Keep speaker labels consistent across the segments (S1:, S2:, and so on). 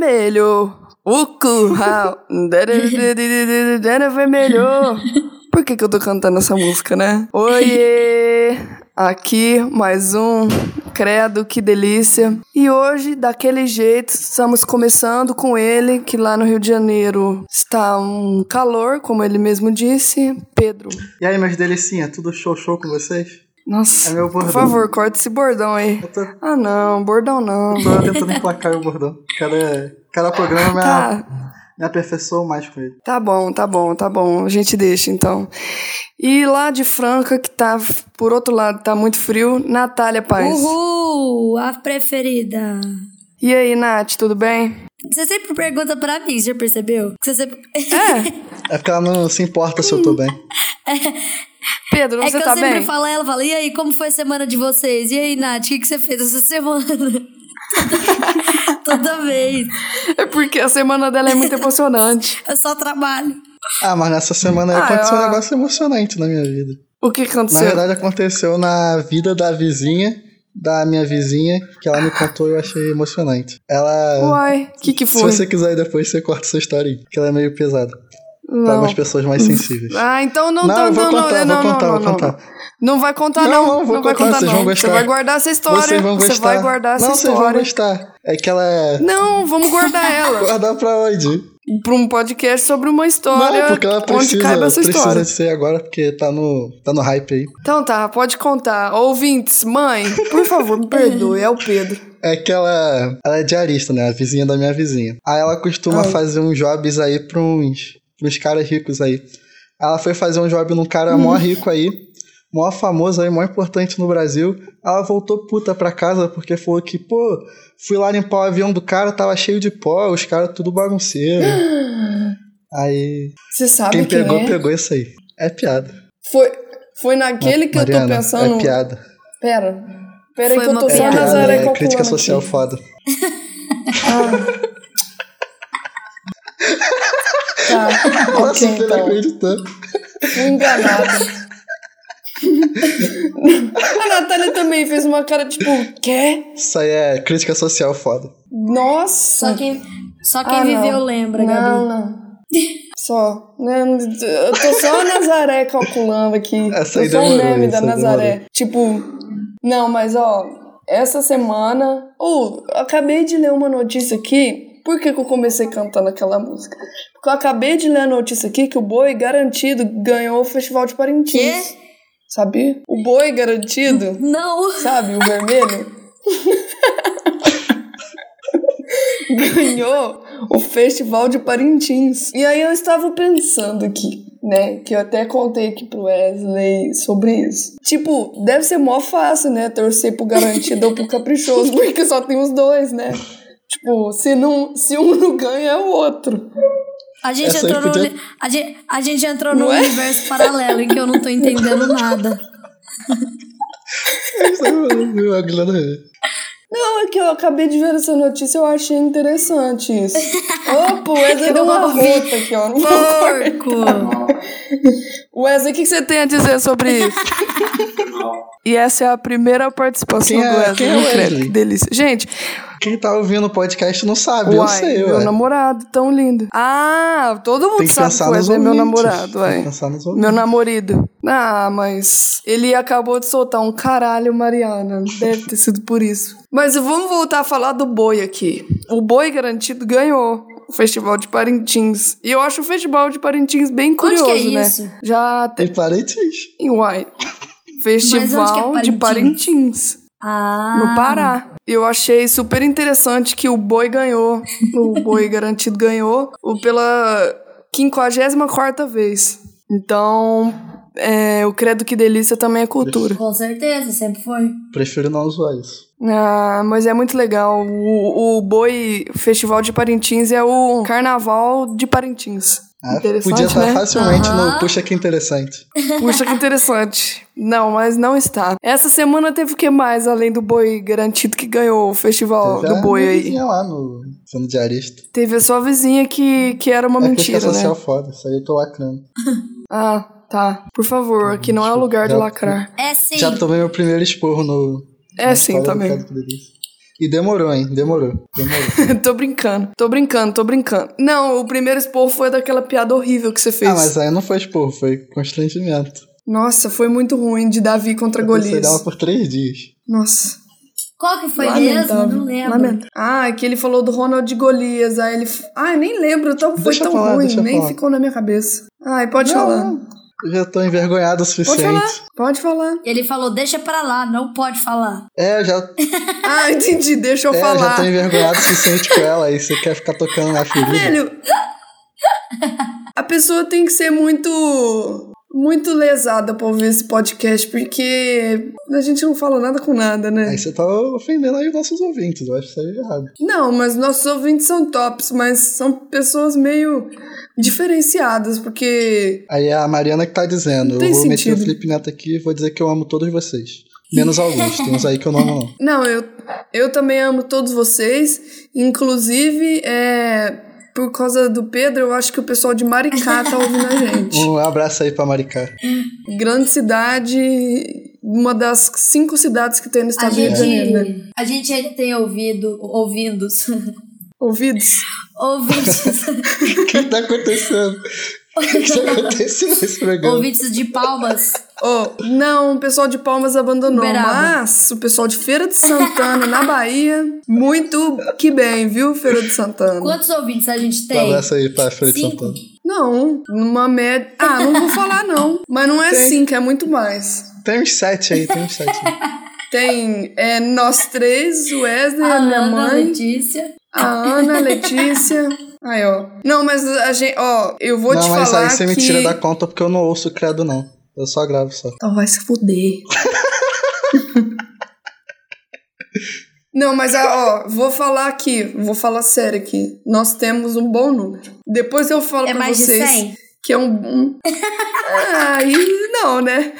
S1: Vermelho, o curral, era vermelho. Por que, que eu tô cantando essa música, né? Oiê! Aqui mais um Credo, que delícia. E hoje, daquele jeito, estamos começando com ele, que lá no Rio de Janeiro está um calor, como ele mesmo disse. Pedro.
S2: E aí, meus delicinha, tudo show show com vocês?
S1: Nossa,
S2: É meu
S1: por
S2: bordão.
S1: favor, corta esse bordão aí.
S2: Eu tô, eu
S1: Ah, não, bordão não.
S2: tô tentando emplacar o bordão. Cada, cada programa me, a-
S1: Tá,
S2: me aperfeiçoou mais com ele.
S1: tá bom, tá bom, tá bom. A gente deixa então. E lá de Franca, que tá, por outro lado, tá muito frio, Natália Paz.
S3: Uhul, a preferida.
S1: E aí, Nath, tudo bem?
S3: Você sempre pergunta pra mim, já percebeu? Você sempre...
S1: É,
S2: É porque ela não se importa se eu tô bem.
S1: Pedro,
S3: é
S1: você
S3: que
S1: tá
S3: eu sempre
S1: bem?
S3: falo a ela, fala, e aí, como foi a semana de vocês? E aí, Nath, o que, que você fez essa semana? Toda vez.
S1: É porque a semana dela é muito emocionante.
S3: Eu só trabalho.
S2: Ah, mas nessa semana aí
S1: Ah,
S2: aconteceu
S1: eu-
S2: um negócio emocionante na minha vida.
S1: O que
S2: Na
S1: aconteceu?
S2: verdade, aconteceu na vida da vizinha, da minha vizinha, que ela me contou e eu achei emocionante. Ela.
S1: Uai, o que, que
S2: se
S1: foi?
S2: você quiser ir depois, você corta essa história aí, que ela é meio pesada. Pra
S1: Não.
S2: algumas tá pessoas mais sensíveis.
S1: Ah, então não,
S2: Não,
S1: não,
S2: eu vou
S1: não,
S2: contar,
S1: não,
S2: vou
S1: não,
S2: contar,
S1: não,
S2: vou
S1: não,
S2: contar.
S1: não vai contar
S2: Não,
S1: não,
S2: não, vou
S1: vai
S2: contar,
S1: contar
S2: vocês
S1: não.
S2: vão
S1: Você
S2: gostar.
S1: vai guardar essa história,
S2: Vocês vão gostar.
S1: você vai guardar essa
S2: não, vocês vão
S1: história.
S2: gostar. É que ela é.
S1: Não, vamos guardar ela
S2: Guardar pra onde?
S1: para um podcast sobre uma história
S2: não, porque ela
S1: onde
S2: precisa,
S1: caiba essa
S2: precisa
S1: história.
S2: de ser agora, porque tá no, tá no hype aí.
S1: Então tá, pode contar. Ouvintes, mãe, por favor, me perdoe, é o Pedro.
S2: É que ela, ela é diarista, né? A vizinha da minha vizinha. Aí ela costuma
S1: Ai.
S2: fazer uns jobs aí pra uns, pra uns caras ricos aí. Ela foi fazer um job num cara mó
S1: Hum.
S2: rico aí, mó famoso aí, mó importante no Brasil. Ela voltou puta pra casa porque falou que, pô, fui lá limpar o avião do cara, tava cheio de pó, os caras tudo bagunceiro. aí,
S1: Você sabe
S2: quem
S1: quem,
S2: pegou,
S1: é?
S2: pegou isso aí. É piada.
S1: Foi foi naquele que eu
S2: Mariana,
S1: tô pensando.
S2: É piada.
S1: Pera. Pera aí
S3: Foi
S1: que eu
S3: uma
S1: tô só nas
S3: piada.
S2: piada
S1: áreas
S2: é
S1: calculando
S2: crítica
S1: aqui.
S2: social foda.
S1: Tá.
S2: Nossa, é
S1: ok,
S2: eu não
S1: então.
S2: acreditando.
S1: Fui enganada. A Natália também fez uma cara tipo, quê?
S2: Isso aí é crítica social foda.
S1: Nossa.
S3: Só quem, só quem
S1: Ah, não.
S3: viveu lembra,
S1: não,
S3: Gabi.
S1: não. Só. Não, Eu tô só a Nazaré calculando aqui.
S2: Essa aí
S1: eu sou o
S2: demorou,
S1: meme da
S2: essa aí
S1: Nazaré. Tipo, não, mas ó, essa semana. Ou, eu acabei de ler uma notícia aqui. Por que, que eu comecei cantando aquela música? Porque eu acabei de ler a notícia aqui que o Boi Garantido ganhou o Festival de Parintins.
S3: Quê?
S1: Sabia? O Boi Garantido,
S3: Não.
S1: sabe? O vermelho. ganhou o Festival de Parintins. E aí eu estava pensando aqui, né? Que eu até contei aqui pro Wesley sobre isso. Tipo, deve ser mó fácil, né? Torcer pro garantido ou pro caprichoso, porque só tem os dois, né? Tipo, se, não, se um não ganha, é o outro.
S3: A gente,
S2: Essa aí
S3: entrou no,
S2: podia-
S3: uni- a gente, a gente entrou
S1: Não
S3: num
S1: é?
S3: universo paralelo em que eu não tô entendendo nada.
S2: é Eu aguentando.
S1: Não, é que eu acabei de ver essa notícia eu achei interessante isso. Opa, o Wesley
S3: Eu
S1: deu uma
S3: ouvi.
S1: rota aqui, ó. Não vou
S3: Porco!
S1: Wesley, o que, que você tem a dizer sobre isso? e essa é a primeira participação
S2: Quem é-
S1: do Wesley.
S2: quem é
S1: no
S2: Wesley?
S1: Credo, Que delícia. Gente,
S2: Quem tá ouvindo o podcast não sabe, eu
S1: uai,
S2: sei,
S1: meu
S2: ué.
S1: namorado, tão lindo. Ah, todo mundo
S2: Tem que
S1: sabe que
S2: pensar
S1: o
S2: nos
S1: Wesley é meu
S2: ouvintes.
S1: namorado,
S2: Tem que
S1: ué.
S2: pensar nos ouvintes.
S1: Meu namorido. Ah, mas ele acabou de soltar um caralho, Mariana. Deve ter sido por isso. Mas vamos voltar a falar do boi aqui. O boi garantido ganhou o Festival de Parintins. E eu acho o Festival de Parintins bem curioso, né?
S3: é isso?
S1: Já te-
S2: Tem parentes.
S1: em Uai. Festival
S3: Mas onde que
S1: de
S3: é
S1: Parintins,
S3: Ah,
S1: no Pará. Eu achei super interessante que o Boi ganhou, o Boi Garantido ganhou, o- pela 54ª vez. Então, é, eu credo que delícia também é cultura.
S3: com certeza, sempre foi.
S2: Prefiro não usar isso.
S1: Ah, mas é muito legal. O, o Boi Festival de Parintins é o Carnaval de Parintins.
S2: Ah,
S1: Interessante,
S2: podia estar
S1: né?
S2: facilmente
S3: Aham.
S2: no Puxa Que Interessante.
S1: Puxa, que interessante. Não, mas não está. Essa semana teve o que mais além do boi garantido que ganhou o festival
S2: Teve
S1: do
S2: a
S1: boi
S2: minha
S1: aí?
S2: vizinha lá no sendo diarista.
S1: Teve a sua vizinha que, que era uma
S2: É
S1: mentira,
S2: crítica
S1: né?
S2: social foda, isso aí eu tô lacrando.
S1: Ah, tá. Por favor, aqui não é o lugar de
S2: Já-
S1: lacrar.
S3: É sim.
S2: Já tomei meu primeiro esporro no.
S1: É
S2: na
S1: sim
S2: história é do
S1: também.
S2: Credo que Delícia. E demorou, hein? Demorou. Demorou.
S1: tô brincando, tô brincando, tô brincando. Não, o primeiro expor foi daquela piada horrível que você fez.
S2: Ah, mas aí não foi expor, foi constrangimento.
S1: Nossa, foi muito ruim de Davi contra
S2: Você dava
S1: Golias.
S2: por três dias.
S1: Nossa.
S3: Qual que foi
S1: lamentável,
S3: mesmo? Não lembro.
S1: lamentável. Ah, é que ele falou do Ronald Golias. Aí ele. f- Ah, eu nem lembro, tão, foi
S2: Deixa eu
S1: tão
S2: falar,
S1: ruim,
S2: deixa eu
S1: nem
S2: falar.
S1: ficou na minha cabeça. Ai, pode
S2: Não,
S1: falar.
S2: Eu já tô envergonhado o suficiente.
S1: falar. Pode falar.
S3: Ele falou, deixa pra lá, não pode falar.
S2: É, eu já,
S1: Ah, entendi, deixa eu
S2: é, eu já
S1: falar.
S2: tô envergonhado o suficiente com ela. Aí você quer ficar tocando na ferida.
S1: Velho, a pessoa tem que ser muito. Muito lesada pra ouvir esse podcast, porque a gente não fala nada com nada, né?
S2: Aí você tá ofendendo aí os nossos ouvintes. Eu acho que isso aí é errado.
S1: Não, mas nossos ouvintes são tops, mas são pessoas meio diferenciadas, porque.
S2: Aí é a Mariana que tá dizendo.
S1: Não
S2: Eu
S1: tem
S2: vou meter o
S1: sentido.
S2: Felipe Neto aqui e vou dizer que eu amo todos vocês. Menos alguns. Tem uns aí que eu não amo, não.
S1: Não, eu, eu também amo todos vocês, inclusive é. Por causa do Pedro, eu acho que o pessoal de Maricá tá ouvindo a gente.
S2: Um abraço aí pra Maricá.
S1: Grande cidade, uma das cinco cidades que tem no
S3: A
S1: estado do Rio de Janeiro, né?
S3: gente, a gente ainda tem ouvido, ouvindos,
S1: Ouvidos?
S3: ouvintes,
S2: O que tá acontecendo? O que tá acontecendo nesse programa?
S3: ouvintes de palmas.
S1: Oh, não, o pessoal de Palmas abandonou,
S3: Uberaba.
S1: mas o pessoal de Feira de Santana, na Bahia, muito que bem, viu, Feira de Santana?
S3: Quantos ouvintes a gente
S2: Um
S3: tem?
S2: abraço aí pra Felipe
S3: Cinco.
S2: Santana.
S1: Não, numa média. Ah, não vou falar não. Mas não é
S2: Tem.
S1: cinco, é muito mais.
S2: Tem uns sete aí, tem uns sete.
S1: Tem é, nós três, o Wesley, a,
S3: A
S1: minha
S3: Ana,
S1: mãe,
S3: Letícia.
S1: a Ana, a Letícia. Aí, ó. Não, mas a gente. Ó, eu vou te
S2: não, mas
S1: falar.
S2: aí você
S1: que...
S2: me tira da conta porque eu não ouço o credo, não. Eu só gravo só.
S1: Então vai se fuder. Não, mas ah, ó, vou falar aqui, vou falar sério aqui. Nós temos um bom número. Depois eu falo
S3: É
S1: pra
S3: mais de
S1: vocês
S3: 100?
S1: que é um. um... Aí não, né?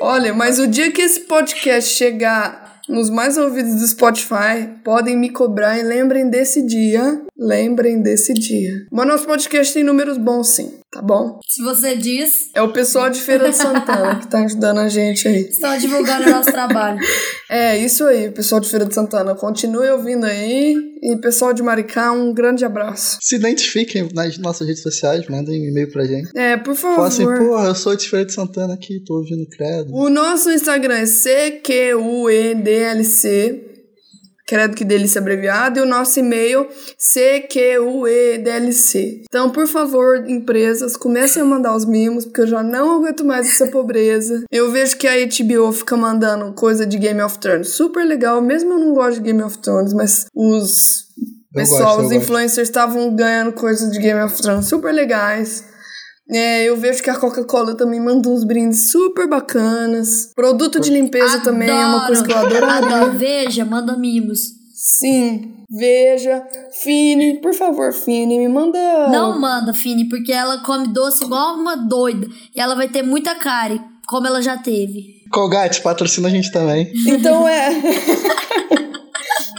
S1: Olha, mas o dia que esse podcast chegar nos mais ouvidos do Spotify, podem me cobrar e lembrem desse dia. Lembrem desse dia. Mas nosso podcast tem números bons, sim, tá bom?
S3: Se você diz,
S1: É o pessoal de Feira de Santana que tá ajudando a gente aí.
S3: estão divulgando o nosso trabalho.
S1: É, isso aí, pessoal de Feira de Santana. Continue ouvindo aí. E pessoal de Maricá, um grande abraço.
S2: Se identifiquem nas nossas redes sociais, mandem um e-mail pra gente.
S1: É, por
S2: Fala assim,
S1: favor.
S2: porra, eu sou de Feira de Santana aqui, tô ouvindo credo.
S1: O nosso Instagram é CQUEDLC. Credo que delícia abreviado. E o nosso e-mail, CQUEDLC. Então, por favor, empresas, comecem a mandar os mimos, porque eu já não aguento mais essa pobreza. Eu vejo que a HBO fica mandando coisa de Game of Thrones. Super legal, mesmo eu não gosto de Game of Thrones, mas os
S2: Eu
S1: pessoal,
S2: gosto, eu
S1: os
S2: gosto.
S1: influencers estavam ganhando coisas de Game of Thrones super legais. É, eu vejo que a Coca-Cola também manda uns brindes super bacanas. Produto de limpeza também é uma coisa que eu adoro.
S3: Adoro. Veja, manda mimos.
S1: Sim, veja. Fini, por favor, Fini, me manda.
S3: Não manda, Fini, porque ela come doce igual uma doida. E ela vai ter muita cárie, como ela já teve.
S2: Colgate, patrocina a gente também.
S1: Então é.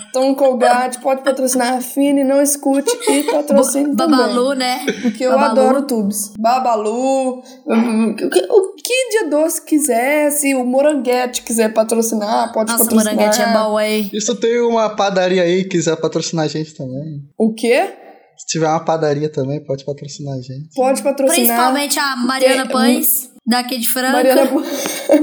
S1: então, Colgate, pode patrocinar a Fini, não escute e patrocine também. Tipo
S3: Babalu, né?
S1: Porque eu
S3: Babalu.
S1: adoro tubes. Babalu, hum, o que- o que dia doce quiser, se o Moranguete quiser patrocinar, pode
S3: Nossa,
S1: patrocinar.
S3: moranguete é bom, hein?
S1: Tipo
S2: Isso tem uma padaria aí, quiser patrocinar a gente também.
S1: O quê?
S2: Se tiver uma padaria também, pode patrocinar a gente.
S1: Pode patrocinar.
S3: Principalmente a Mariana
S1: Tem-
S3: Pães, daqui de Franca.
S1: é Mariana É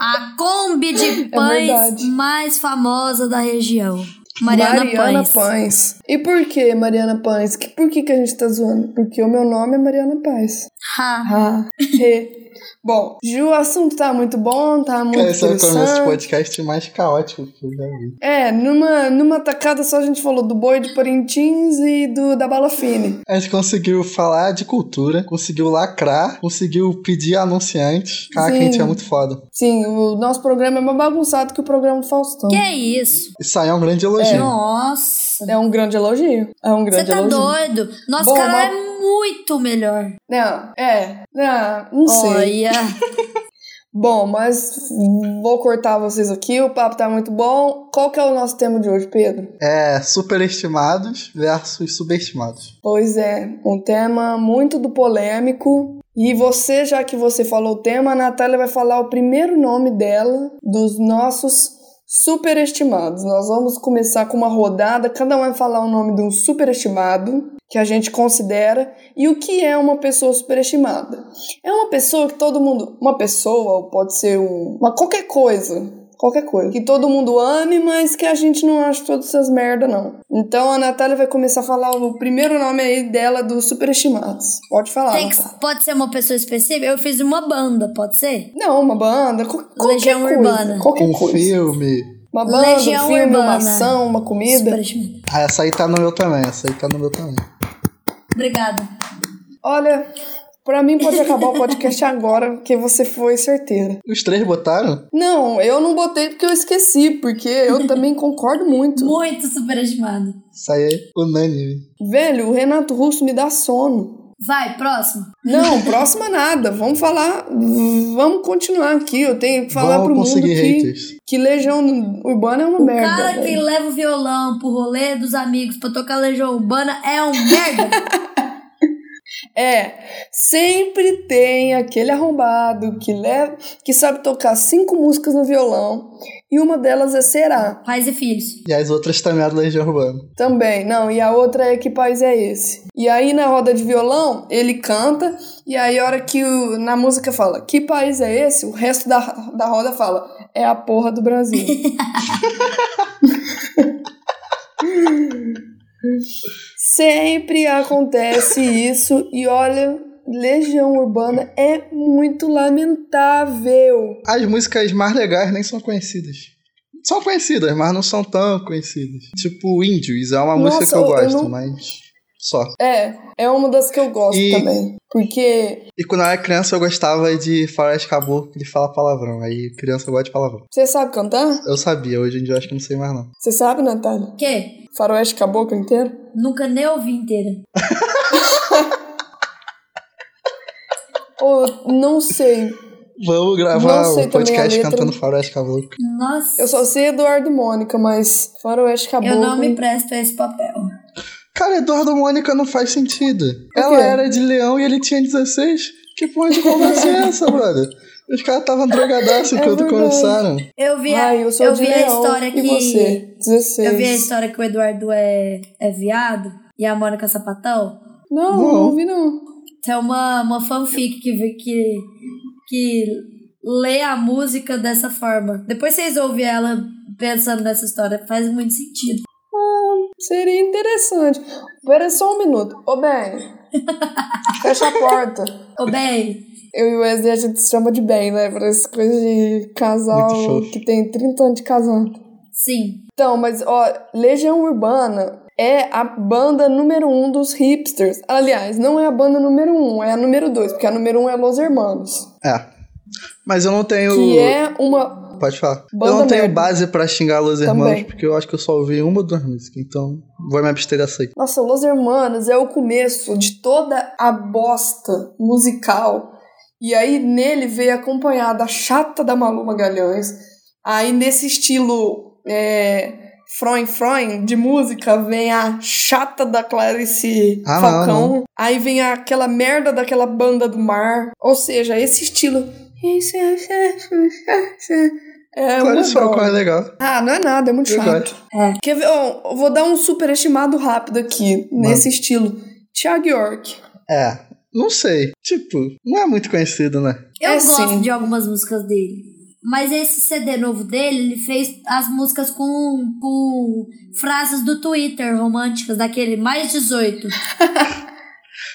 S3: A Kombi de Pães
S1: verdade.
S3: mais famosa da região. Mariana,
S1: Mariana,
S3: Pães.
S1: Pães. E por que Mariana Pães? Que, por que, que a gente tá zoando? Porque o meu nome é Mariana Paz.
S3: Ha.
S1: Ah, re. Bom, Ju, o assunto tá muito bom, tá muito
S2: Esse é o começo do
S1: interessante.
S2: podcast mais caótico que eu já vi.
S1: É, numa, numa tacada só a gente falou do boi de Parintins e do da Balafine.
S2: A gente conseguiu falar de cultura, conseguiu lacrar, conseguiu pedir anunciantes. Caraca, a gente
S1: Sim.
S2: é muito foda.
S1: Sim, o nosso programa é mais bagunçado que o programa do Faustão.
S3: Que isso?
S2: Isso aí é um grande elogio.
S3: Nossa.
S1: É um grande elogio. É um
S3: Você
S1: grande
S3: tá
S1: elogio.
S3: doido? Nosso
S1: Bom,
S3: canal
S1: mas-
S3: é muito melhor.
S1: Não, é. Não, não sei.
S3: Olha.
S1: Bom, mas vou cortar vocês aqui. O papo tá muito bom. Qual que é o nosso tema de hoje, Pedro?
S2: É superestimados versus subestimados.
S1: Pois é, um tema muito do polêmico. E você, já que você falou o tema, a Natália vai falar o primeiro nome dela, dos nossos superestimados. Nós vamos começar com uma rodada, cada um vai falar o nome de um superestimado que a gente considera e o que é uma pessoa superestimada. É uma pessoa que todo mundo, uma pessoa, ou pode ser um, uma qualquer coisa, qualquer coisa. Que todo mundo ame, mas que a gente não acha todas essas merda, não. Então a Natália vai começar a falar o primeiro nome aí dela dos superestimados. Pode falar,
S3: Tem que-
S1: Natália.
S3: pode ser uma pessoa específica? Eu fiz uma banda, pode ser?
S1: Não, uma banda, co- qualquer
S3: Legião
S1: coisa.
S3: Urbana.
S1: Qualquer
S2: Um
S1: coisa.
S2: filme.
S1: Uma banda,
S3: Legião
S1: um filme, uma
S3: Urbana.
S1: ação, uma comida.
S3: Superestimada.
S2: Ah, essa aí tá no meu também, essa aí tá no meu também.
S3: Obrigada.
S1: Olha, pra mim pode acabar o podcast agora, porque você foi certeira.
S2: Os três botaram?
S1: Não, eu não botei porque eu esqueci, porque eu também concordo muito.
S3: Muito superestimada.
S2: Isso aí é unânime.
S1: Velho, o Renato Russo me dá sono.
S3: Vai, próximo.
S1: Não, próxima nada. Vamos falar. Vamos continuar aqui. Eu tenho que falar
S2: Vamos
S1: pro mundo
S2: conseguir
S1: que,
S2: haters.
S1: que Legião Urbana é uma
S3: O
S1: merda.
S3: cara que
S1: velho.
S3: leva o violão pro rolê dos amigos pra tocar Legião Urbana é um merda.
S1: É, sempre tem aquele arrombado que leva, que sabe tocar cinco músicas no violão e uma delas é Será
S3: Pais e filhos.
S2: E as outras também é do Legião Urbana.
S1: também. Não, e a outra é Que País é Esse? E aí na roda de violão ele canta e aí a hora que o- na música fala Que País é Esse? O resto da, da roda fala É a porra do Brasil. Sempre acontece isso e olha, Legião Urbana é muito lamentável.
S2: As músicas mais legais nem são conhecidas. São conhecidas, mas não são tão conhecidas. Tipo, Índios, é uma
S1: Nossa,
S2: música que eu
S1: eu- eu
S2: gosto,
S1: não-
S2: mas só.
S1: É, é uma das que eu gosto
S2: E-
S1: também. Porque
S2: E quando eu era criança eu gostava de Faroeste Caboclo, ele fala palavrão. Aí criança gosta de palavrão.
S1: você sabe cantar?
S2: Eu sabia, hoje em dia eu acho que eu não sei mais não.
S1: Você sabe, Natália?
S3: Que?
S1: Faroeste Caboclo inteiro?
S3: Nunca nem ouvi inteira.
S1: Ou não sei.
S2: Vamos gravar
S1: Não sei também
S2: um
S1: a
S2: podcast
S1: letra.
S2: cantando Faroeste Caboclo.
S3: Nossa.
S1: Eu só sei Eduardo e Mônica, mas Faroeste Caboclo.
S3: Eu não me presto a esse papel.
S2: Cara, Eduardo Mônica não faz sentido.
S1: quê?
S2: Ela era de leão e ele tinha 16? Que porra de conversa é essa, brother? Os caras estavam drogadaço
S1: É
S2: quando
S1: verdade.
S2: começaram.
S3: Eu vi, a-
S1: Ai, eu sou de
S3: vi a
S1: Leão,
S3: história que.
S1: E você? 16.
S3: Eu vi a história que o Eduardo é, é viado e a Mônica é sapatão.
S1: Não,
S2: Bom.
S1: não ouvi não.
S3: Tem é uma, uma fanfic que, vi- que, que lê a música dessa forma. Depois vocês ouvem ela pensando nessa história. Faz muito sentido.
S1: Seria interessante. Espera só um minuto. Ô, Ben, fecha a porta.
S3: Ô, bem,
S1: Eu e o Wesley a gente se chama de bem, né? Pra essa coisa de
S2: Muito
S1: casal
S2: fofo.
S1: que tem 30 anos de casado.
S3: sim.
S1: Então, mas ó, Legião Urbana é a banda número um dos hipsters. Aliás, não é a banda número um, é a número dois, porque a número um é Los Hermanos.
S2: É. Mas eu não tenho.
S1: Que é uma.
S2: Pode falar.
S1: Banda
S2: eu não tenho
S1: merda.
S2: base pra xingar Los Hermanos,
S1: Também.
S2: porque eu acho que eu só ouvi uma ou duas músicas, então vou me abster dessa aí.
S1: Nossa, Los Hermanos é o começo de toda a bosta musical. E aí nele veio acompanhada a chata da Malu Magalhães. Aí nesse estilo é, Froin Froin de música vem a chata da Clarice
S2: Ah, não,
S1: Falcão. Aí vem aquela merda daquela banda do mar. Ou seja, esse estilo. É
S2: Claro,
S1: uma
S2: isso é uma
S1: droga.
S2: coisa legal.
S1: Ah, não é nada, é muito
S2: Eu
S1: chato. Quer ver? Ó, eu vou dar um superestimado rápido aqui,
S2: Manda.
S1: nesse estilo. Thiago York.
S2: É. Não sei. Tipo, não é muito conhecido, né?
S3: Eu
S1: É,
S3: gosto
S1: sim.
S3: de algumas músicas dele. Mas esse CD novo dele, ele fez as músicas com, com frases do Twitter românticas, daquele mais 18.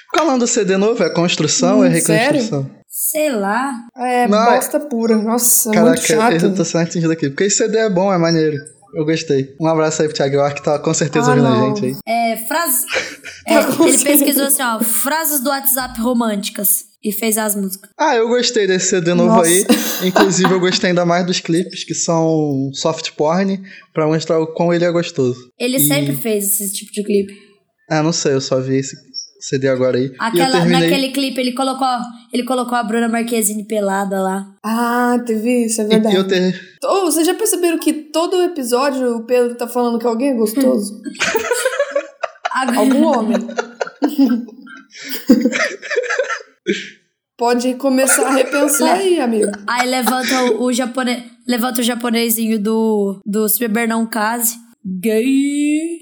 S2: Qual é o nome do CD novo? É Construção ou é
S1: Hum, sério?
S2: Reconstrução?
S3: Sei lá.
S1: É,
S2: Não,
S1: bosta pura. Nossa, é Tá muito
S2: Caraca, eu
S1: chato.
S2: tô sendo atingido aqui. Porque esse CD é bom, é maneiro. Eu gostei. Um abraço aí pro Thiago York, que tá com certeza
S1: Ah,
S2: ouvindo
S1: não.
S2: a gente aí.
S3: É, frases. É,
S1: Tá com
S3: ele
S1: certeza.
S3: pesquisou assim, ó, frases do WhatsApp românticas e fez as músicas.
S2: Ah, eu gostei desse CD novo
S1: Nossa.
S2: aí. Inclusive, eu gostei ainda mais dos clipes, que são soft porn, pra mostrar o quão ele é gostoso.
S3: Ele
S2: E-
S3: sempre fez esse tipo de clipe.
S2: Ah, não sei, eu só vi esse CD agora aí. e eu
S3: Aquela,
S2: terminei.
S3: naquele clipe ele colocou, ele colocou a Bruna Marquezine pelada lá.
S1: Ah, teve isso, é
S2: e- e
S1: verdade.
S2: eu ter...
S1: Ô, vocês já perceberam que todo episódio o Pedro tá falando que alguém é gostoso?
S3: Agora-
S1: Algum homem. Pode começar a repensar aí, amigo.
S3: Aí levanta o, o japonês. Levanta o japonesinho do, do Supernão Case. Gay.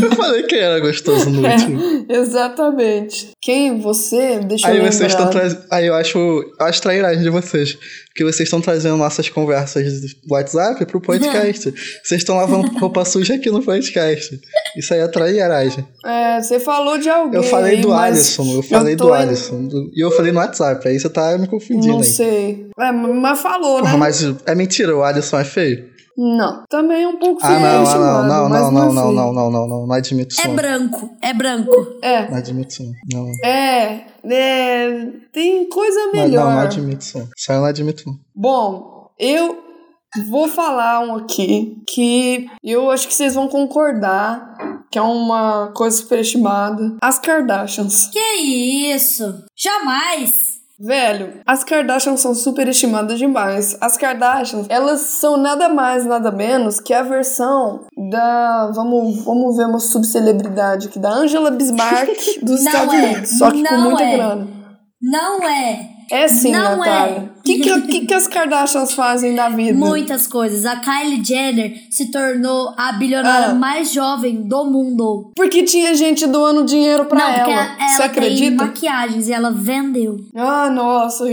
S2: Eu falei que era gostoso no último.
S1: Exatamente. Quem você? Deixa
S2: Aí
S1: eu lembrar.
S2: vocês estão trazendo. Aí eu acho. Eu acho trairagem de vocês. Porque vocês estão trazendo nossas conversas do WhatsApp pro podcast. vocês estão lavando roupa suja aqui no podcast. Isso aí é trairagem.
S1: É, você falou de alguém.
S2: Eu falei do
S1: mas
S2: Alisson, eu falei
S1: tô
S2: do
S1: em-
S2: Alisson. do- E eu falei no WhatsApp. Aí você tá me confundindo
S1: Não
S2: aí.
S1: sei. É, mas falou, né?
S2: Porra, mas é mentira, o Alisson é feio.
S1: Não. Também é um pouco
S2: Ah, não,
S1: feio,
S2: ah,
S1: mano,
S2: não, não,
S1: mas
S2: não, não, não,
S1: é
S2: não, não, não, não, não admito isso.
S3: É
S2: não.
S3: branco, é branco.
S1: feio. É.
S2: Não admito isso. Não, Não,
S1: É, é, tem coisa
S2: não,
S1: melhor.
S2: não admito isso. Isso aí eu não admito. não.
S1: Bom, eu vou falar um aqui que eu acho que vocês vão concordar que é uma coisa superestimada. As Kardashians.
S3: Que isso? Jamais!
S1: Velho, as Kardashians são superestimadas demais. As Kardashians, elas são nada mais, nada menos que a versão da. Vamos, vamos ver uma subcelebridade aqui, da Angela Bismarck dos
S3: Não
S1: Estados
S3: é,
S1: Unidos, só que com
S3: não
S1: muita
S3: é.
S1: grana.
S3: Não é
S1: É sim,
S3: Não
S1: Natália. O que, que, que, que as Kardashians fazem da vida?
S3: muitas coisas. A Kylie Jenner se tornou a bilionária
S1: Ah.
S3: mais jovem do mundo.
S1: Porque tinha gente doando dinheiro pra
S3: Não,
S1: ela.
S3: porque ela,
S1: Você
S3: ela tem
S1: acredita?
S3: maquiagens e ela vendeu.
S1: Ah, nossa.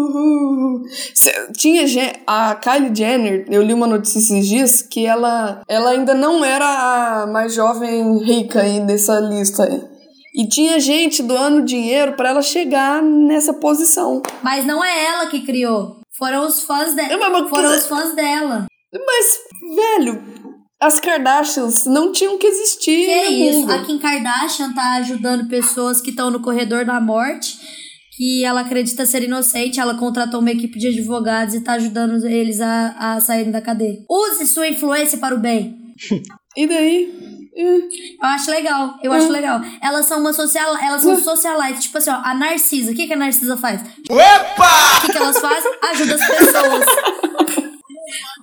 S1: Uhul. Cê- Tinha gente. A Kylie Jenner, eu li uma notícia esses dias que ela, ela ainda não era a mais jovem rica aí dessa lista aí. E tinha gente doando dinheiro pra ela chegar nessa posição.
S3: Mas não é ela que criou. Foram os fãs
S1: Eu,
S3: dela.
S1: mas- mas-
S3: Foram os fãs dela.
S1: Mas, velho, as Kardashians não tinham que existir.
S3: Que é
S1: no
S3: isso?
S1: mundo.
S3: A Kim Kardashian tá ajudando pessoas que estão no corredor da morte, que ela acredita ser inocente. Ela contratou uma equipe de advogados e tá ajudando eles a, a saírem da cadeia. Use sua influência para o bem.
S1: E daí? Hum.
S3: Eu acho legal, eu acho legal. Elas são uma social, elas
S1: Hum.
S3: são socialites, tipo assim, ó, a Narcisa, o que, que a Narcisa faz? Opa! O que, que elas fazem? Ajuda as pessoas.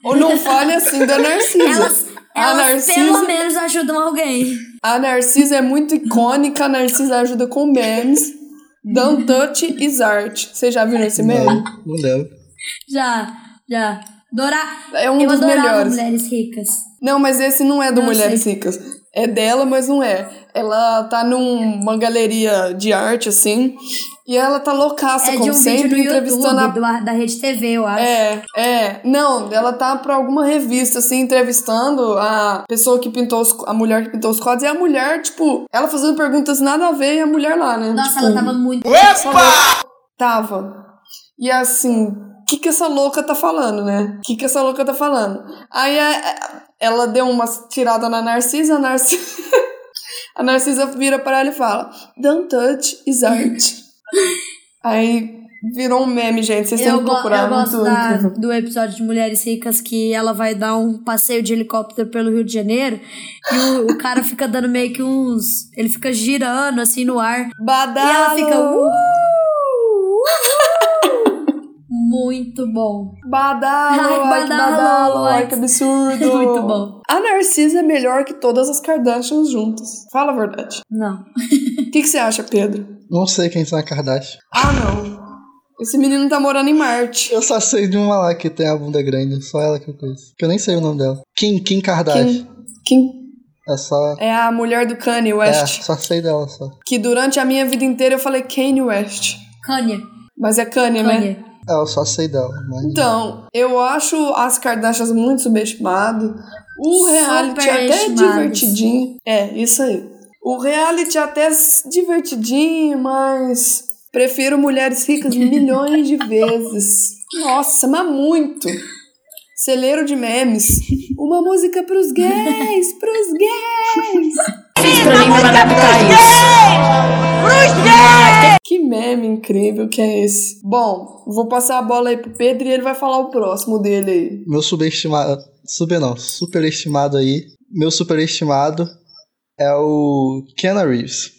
S1: Ou não fale assim da Narcisa.
S3: Elas,
S1: a,
S3: elas
S1: Narcisa
S3: pelo menos ajudam alguém.
S1: a Narcisa é muito icônica, a Narcisa ajuda com memes. Don't touch is art. Vocês já viram esse meme?
S2: Não, não lembro.
S3: Já, já. Dora...
S1: É um
S3: eu
S1: dos
S3: adorava
S1: melhores.
S3: mulheres ricas.
S1: Não, mas esse não é do
S3: Não
S1: Mulheres Ricas. É dela, mas não é. Ela tá numa galeria de arte, assim, e ela tá loucaça,
S3: é de
S1: como
S3: um
S1: sempre,
S3: vídeo no
S1: entrevistando a
S3: YouTube, do- da Rede TV, eu acho.
S1: É, é. Não, ela tá pra alguma revista, assim, entrevistando a pessoa que pintou os, a mulher que pintou os quadros. E a mulher, tipo, ela fazendo perguntas nada a ver e a mulher lá, né?
S3: Nossa,
S1: Tipo,
S3: ela tá tava muito...
S1: Tava. E assim, o que que essa louca tá falando, né? O que que essa louca tá falando? Aí a- a- ela deu uma tirada na Narcisa, a Narcisa... A Narcisa vira para ela e fala: Don't touch is art. Aí virou um meme, gente. Vocês têm
S3: Eu,
S1: que
S3: go-
S1: procurar. é
S3: eu gosto
S1: muito
S3: da-
S1: incrível.
S3: do episódio de Mulheres Ricas que ela vai dar um passeio de helicóptero pelo Rio de Janeiro e o, o cara fica dando meio que uns. Ele fica girando assim no ar.
S1: Badalo.
S3: E ela fica. "Uh, uh". Muito bom.
S1: Badalo, ai,
S3: Ai,
S1: que
S3: badalo,
S1: badalo, ai,
S3: ai,
S1: que absurdo.
S3: Muito bom.
S1: A Narcisa é melhor que todas as Kardashians juntas. Fala a verdade.
S3: Não.
S1: O que, que você acha, Pedro?
S2: Não sei quem são a Kardashian.
S1: Ah, não. Esse menino tá morando em Marte.
S2: Eu só sei de uma lá que tem a bunda grande, só ela que eu conheço. Que eu nem sei o nome dela. Kim, Kim Kardashian.
S1: Quem, quem
S2: É só.
S1: é a mulher do Kanye
S2: É,
S1: West.
S2: só sei dela só.
S1: Que durante a minha vida inteira eu falei Kanye West.
S3: Kanye.
S1: Mas é Kanye, né?
S3: Kanye.
S2: É, eu só sei dela. Mas...
S1: Então, eu acho as Kardashians muito subestimado. O reality até é
S3: Superestimadas.
S1: divertidinho. É, isso aí. O reality até é s- divertidinho, mas prefiro mulheres ricas milhões de vezes. Nossa, mas muito. Celeiro de memes. Uma música pros gays, pros gays. Que meme incrível que é esse. Bom, vou passar a bola aí pro Pedro e ele vai falar o próximo dele aí.
S2: Meu subestimado. Super não, superestimado aí. Meu superestimado é o Keanu Reeves.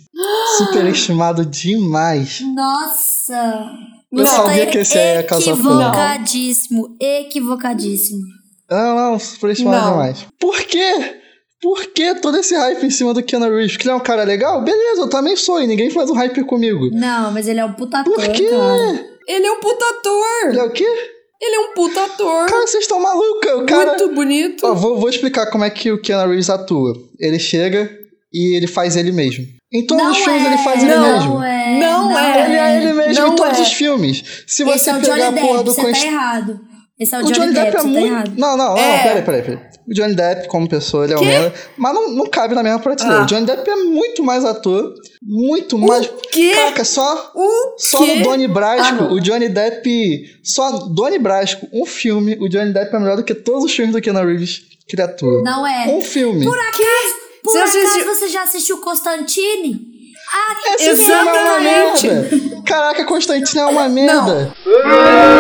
S2: Superestimado demais.
S3: Nossa!
S2: Eu
S1: Não,
S3: tá-
S2: sabia que esse aí ia causar polêmica.
S3: Equivocadíssimo, equivocadíssimo.
S2: Não, não, Ah, superestimado
S1: Não.
S2: demais. Por quê? Por que todo esse hype em cima do Keanu Reeves? Que ele é um cara legal? Beleza, eu também sou e ninguém faz um hype comigo.
S3: Não, mas ele é um puta ator,
S2: Por quê?
S3: cara.
S1: Ele é um puta
S2: Ele
S1: ator!
S2: é o quê?
S1: Ele é um puta ator!
S2: Cara, vocês estão malucos? O cara.
S1: Muito bonito.
S2: Ó, vou, vou explicar como é que o Keanu Reeves atua. Ele chega e ele faz ele mesmo. Em todos
S3: Não
S2: os filmes
S3: é,
S2: ele faz ele
S1: não
S2: mesmo.
S3: é,
S1: Não
S3: não
S1: é.
S2: Ele é ele mesmo
S1: Não
S2: em todos
S1: é.
S2: os filmes. Se
S3: Esse
S2: você
S3: é o
S2: pegar
S3: Johnny
S2: a
S3: Depp,
S2: porra do
S3: você
S2: Const-
S3: tá errado. Esse é o,
S2: O Johnny Depp é
S3: você tá
S2: muito.
S3: errado.
S2: Não, não, não,
S1: É.
S2: peraí, peraí, peraí. O Johnny Depp, como pessoa, ele é o mesmo. Mas não, não cabe na mesma prateleira.
S1: Ah.
S2: O Johnny Depp é muito mais ator, muito mais.
S1: O quê?
S2: Caraca, só.
S1: O
S2: Só um
S1: quê?
S2: no Doni Brasco,
S1: Ah, não.
S2: o Johnny Depp. Só Doni Brasco, um filme, o Johnny Depp é melhor do que todos os filmes do Keanu Reeves que ele atua.
S3: Não é.
S2: Um filme.
S3: Por
S1: Você
S3: acaso Ah,
S1: assistiu-
S3: você já assistiu Constantine?
S2: Esse filme é uma
S1: Exatamente.
S2: merda. Caraca, Constantine é uma merda.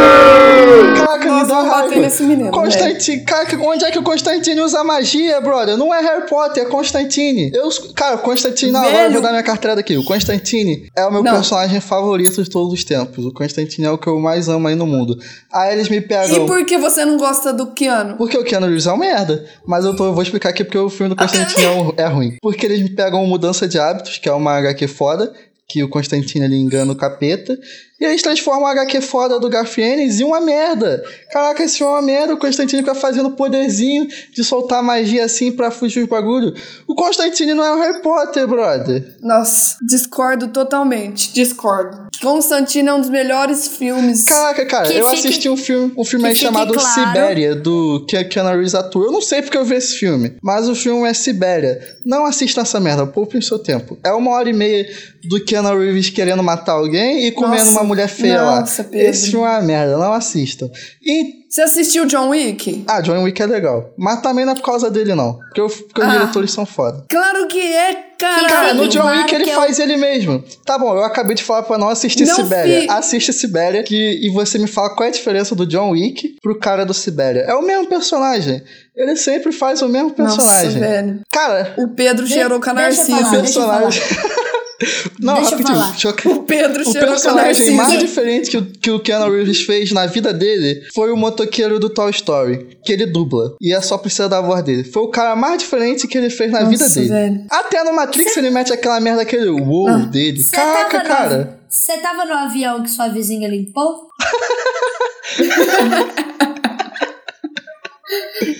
S2: Caraca,
S1: Nós
S2: me dá
S1: vamos
S2: raiva.
S1: bater nesse menino,
S2: Constantine, cara, onde é que o Constantine usa magia, brother? Não é Harry Potter, é Constantine. Eu, cara, o Constantine, não, agora eu
S1: Velho.
S2: vou dar minha carteira daqui. O Constantine é o meu
S1: Não.
S2: personagem favorito de todos os tempos. O Constantine é o que eu mais amo aí no mundo. Aí eles me pegam.
S1: E por que você não gosta do Keanu?
S2: Porque o Keanu Reeves é uma merda. Mas eu, tô- eu vou explicar aqui porque o filme do Constantine é, um- é ruim. Porque eles pegam Mudança de Hábitos, que é uma HQ foda, que o Constantine ele engana o capeta. E eles transformam a HQ foda do Garfienes em uma merda. Caraca, esse filme é uma merda. O Constantine fica fazendo poderzinho de soltar magia assim pra fugir do bagulho. O Constantine não é o Harry Potter, brother.
S1: Nossa, discordo totalmente. Discordo. Constantino é um dos melhores filmes.
S2: Caraca, cara,
S3: Que
S2: eu
S3: fique-
S2: assisti um filme, um filme
S3: que
S2: aí
S3: fique
S2: chamado
S3: claro.
S2: Sibéria, do que a Keanu Reeves atua. Eu não sei porque eu vi esse filme, mas o filme é Sibéria. Não assista essa merda, poupem seu tempo. É uma hora e meia do Keanu Reeves querendo matar alguém e comendo
S1: Nossa,
S2: uma mulher feia
S1: nossa,
S2: lá.
S1: Pedro.
S2: Esse filme é uma merda, não assistam. E,
S1: Você assistiu John Wick?
S2: ah, John Wick é legal, mas também não é por causa dele não, porque, o- porque os
S1: Ah.
S2: diretores são foda.
S1: Claro que é, cara.
S2: Cara, Ah, no
S3: Sim,
S2: John
S3: claro
S2: Wick ele
S3: que é
S2: faz ele mesmo. Tá bom, eu acabei de falar pra não assistir
S1: Não
S2: Sibéria.
S1: fi-
S2: Assiste Sibéria que, e você me fala qual é a diferença do John Wick pro cara do Sibéria. É o mesmo personagem. Ele sempre faz o mesmo
S1: Nossa,
S2: é personagem.
S1: velho.
S2: cara,
S1: O Pedro cheirou com a
S3: deixa eu
S1: Narcisa.
S3: falar. deixa eu
S2: personagem. não,
S3: Deixa eu
S2: rapidinho.
S3: falar.
S2: Deixa eu
S1: O Pedro
S2: o
S1: cheirou com a
S2: personagem mais
S1: Narcisa.
S2: diferente que o, que o Keanu Reeves fez na vida dele foi o motoqueiro do Toy Story, que ele dubla. E é só precisa da voz dele. Foi o cara mais diferente que ele fez na vida dele.
S1: velho. Ah,
S2: Até no Matrix ele mete aquela merda, aquele wow dele.
S3: Você
S2: Caraca,
S3: tava
S2: cara.
S3: No... Você tava no avião que sua vizinha limpou?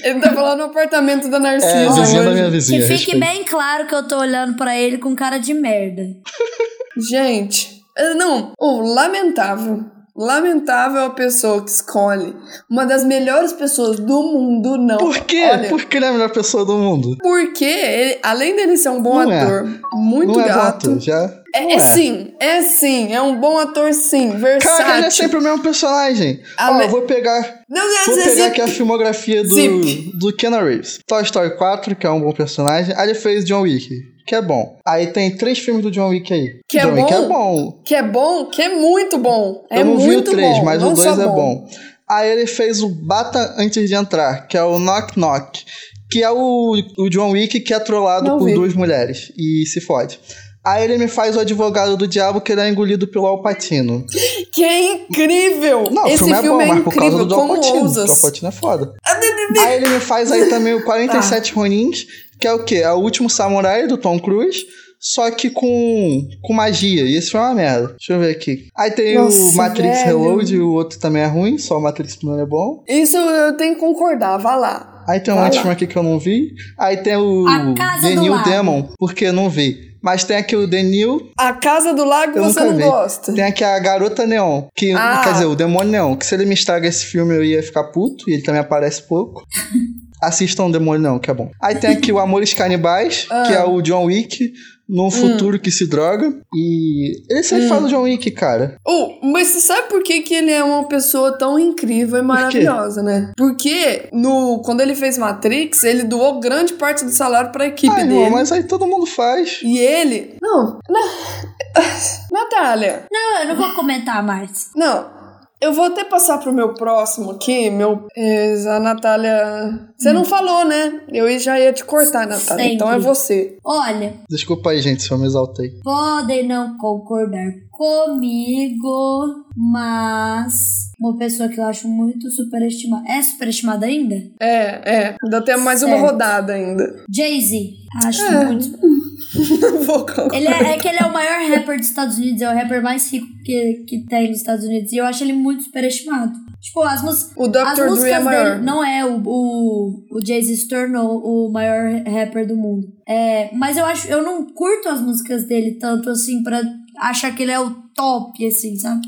S1: Ele tá falando no apartamento da Narcisa.
S2: É, vizinha da
S1: hoje.
S2: minha
S3: Que
S2: vizinha.
S3: fique
S2: respeito.
S3: bem claro que eu tô olhando pra ele com cara de merda.
S1: Gente, eh, não, oh, lamentável. Lamentável é a pessoa que escolhe uma das melhores pessoas do mundo, não.
S2: Por quê?
S1: Olha,
S2: Por que ele é a melhor pessoa do mundo?
S1: porque ele, além dele ser um bom
S2: Não é.
S1: ator, muito
S2: não é
S1: gato.
S2: voto, já.
S1: é,
S2: não
S1: é sim, é sim, é um bom ator sim, versátil.
S2: Caraca, ele é sempre o mesmo personagem.
S1: Ah,
S2: Ó,
S1: mas-
S2: eu vou pegar
S1: Não, não,
S2: Vou
S1: não,
S2: pegar
S1: não,
S2: aqui a filmografia do,
S1: Zip.
S2: do Keanu Reeves. Toy Story 4, que é um bom personagem. Aí ele fez John Wick, que é bom. Aí tem três filmes do John Wick aí.
S1: Que é
S2: John Wick
S1: bom?
S2: é bom.
S1: Que é bom, que é muito bom. É
S2: Eu não vi o
S1: muito
S2: três,
S1: bom,
S2: mas
S1: não
S2: o
S1: só
S2: dois é bom. Aí ele fez o Bata Antes de Entrar, que é o Knock Knock. Que é o, o John Wick que é trollado
S1: Não
S2: por
S1: vi.
S2: duas mulheres. E se fode. Aí ele me faz o advogado do diabo que ele é engolido pelo Alpatino.
S1: Que é incrível.
S2: Não,
S1: Esse
S2: o filme é bom, mas por causa
S1: incrível.
S2: do John
S1: Como Ah,
S2: Alpatino. O John
S1: ousas?
S2: Alpatino é foda. Aí ele me faz aí também o
S1: Ah.
S2: 47 Ronins, que é o quê? É o último samurai do Tom Cruise, só que com, com magia. E esse foi uma merda. Deixa eu ver aqui. Aí tem o
S1: Nossa,
S2: Matrix
S1: velho.
S2: Reload, o outro também é ruim, só o Matrix primeiro é bom.
S1: Isso eu tenho que concordar, vá lá.
S2: Aí tem um
S1: Vai
S2: outro
S1: lá.
S2: filme aqui que eu não vi. Aí tem o
S3: A Casa
S2: The
S3: do
S2: New
S3: Lago.
S2: Demon, porque eu não vi. Mas tem aqui o The New,
S1: A Casa do Lago
S2: eu
S1: você
S2: nunca
S1: não
S2: vi.
S1: gosta.
S2: Tem aqui a Garota Neon, que
S1: Ah.
S2: quer dizer, o Demônio Neon, que se ele me estraga esse filme eu ia ficar puto, e ele também aparece pouco. Assistam o Demônio Neon, que é bom. Aí tem aqui o Amores Canibais,
S1: Ah. Hum.
S2: que é o John Wick, num futuro que se droga. E ele sempre fala do John Wick, cara.
S1: Oh, mas você sabe por que, que ele é uma pessoa tão incrível e maravilhosa, né? Porque no, quando ele fez Matrix, ele doou grande parte do salário pra equipe
S2: Ah,
S1: dele.
S2: irmão, mas aí todo mundo faz.
S1: E ele. Não. na- Natália.
S3: Não, eu não vou comentar mais.
S1: Não. Eu vou até passar pro meu próximo aqui, meu. é, A Natália. Você não falou, né? Eu já ia te cortar, Natália.
S3: Sempre.
S1: Então é você.
S3: Olha,
S2: Desculpa aí, gente, se eu me exaltei.
S3: podem não concordar comigo, mas uma pessoa que eu acho muito superestimada. É superestimada ainda?
S1: É, é. Ainda tem mais uma
S3: Certo.
S1: rodada ainda.
S3: Jay-Z. Acho
S1: É.
S3: muito.
S1: Não vou concordar.
S3: Ele é, é que ele é o maior rapper dos Estados Unidos, é o rapper mais rico que, que tem nos Estados Unidos. E eu acho ele muito superestimado. Tipo, as, músicas
S1: O Dr.
S3: As
S1: Dre é
S3: músicas
S1: maior.
S3: dele não é o, o, o Jay-Z se tornou o maior rapper do mundo. É, mas eu acho, eu não curto as músicas dele tanto assim pra achar que ele é o top, assim, sabe?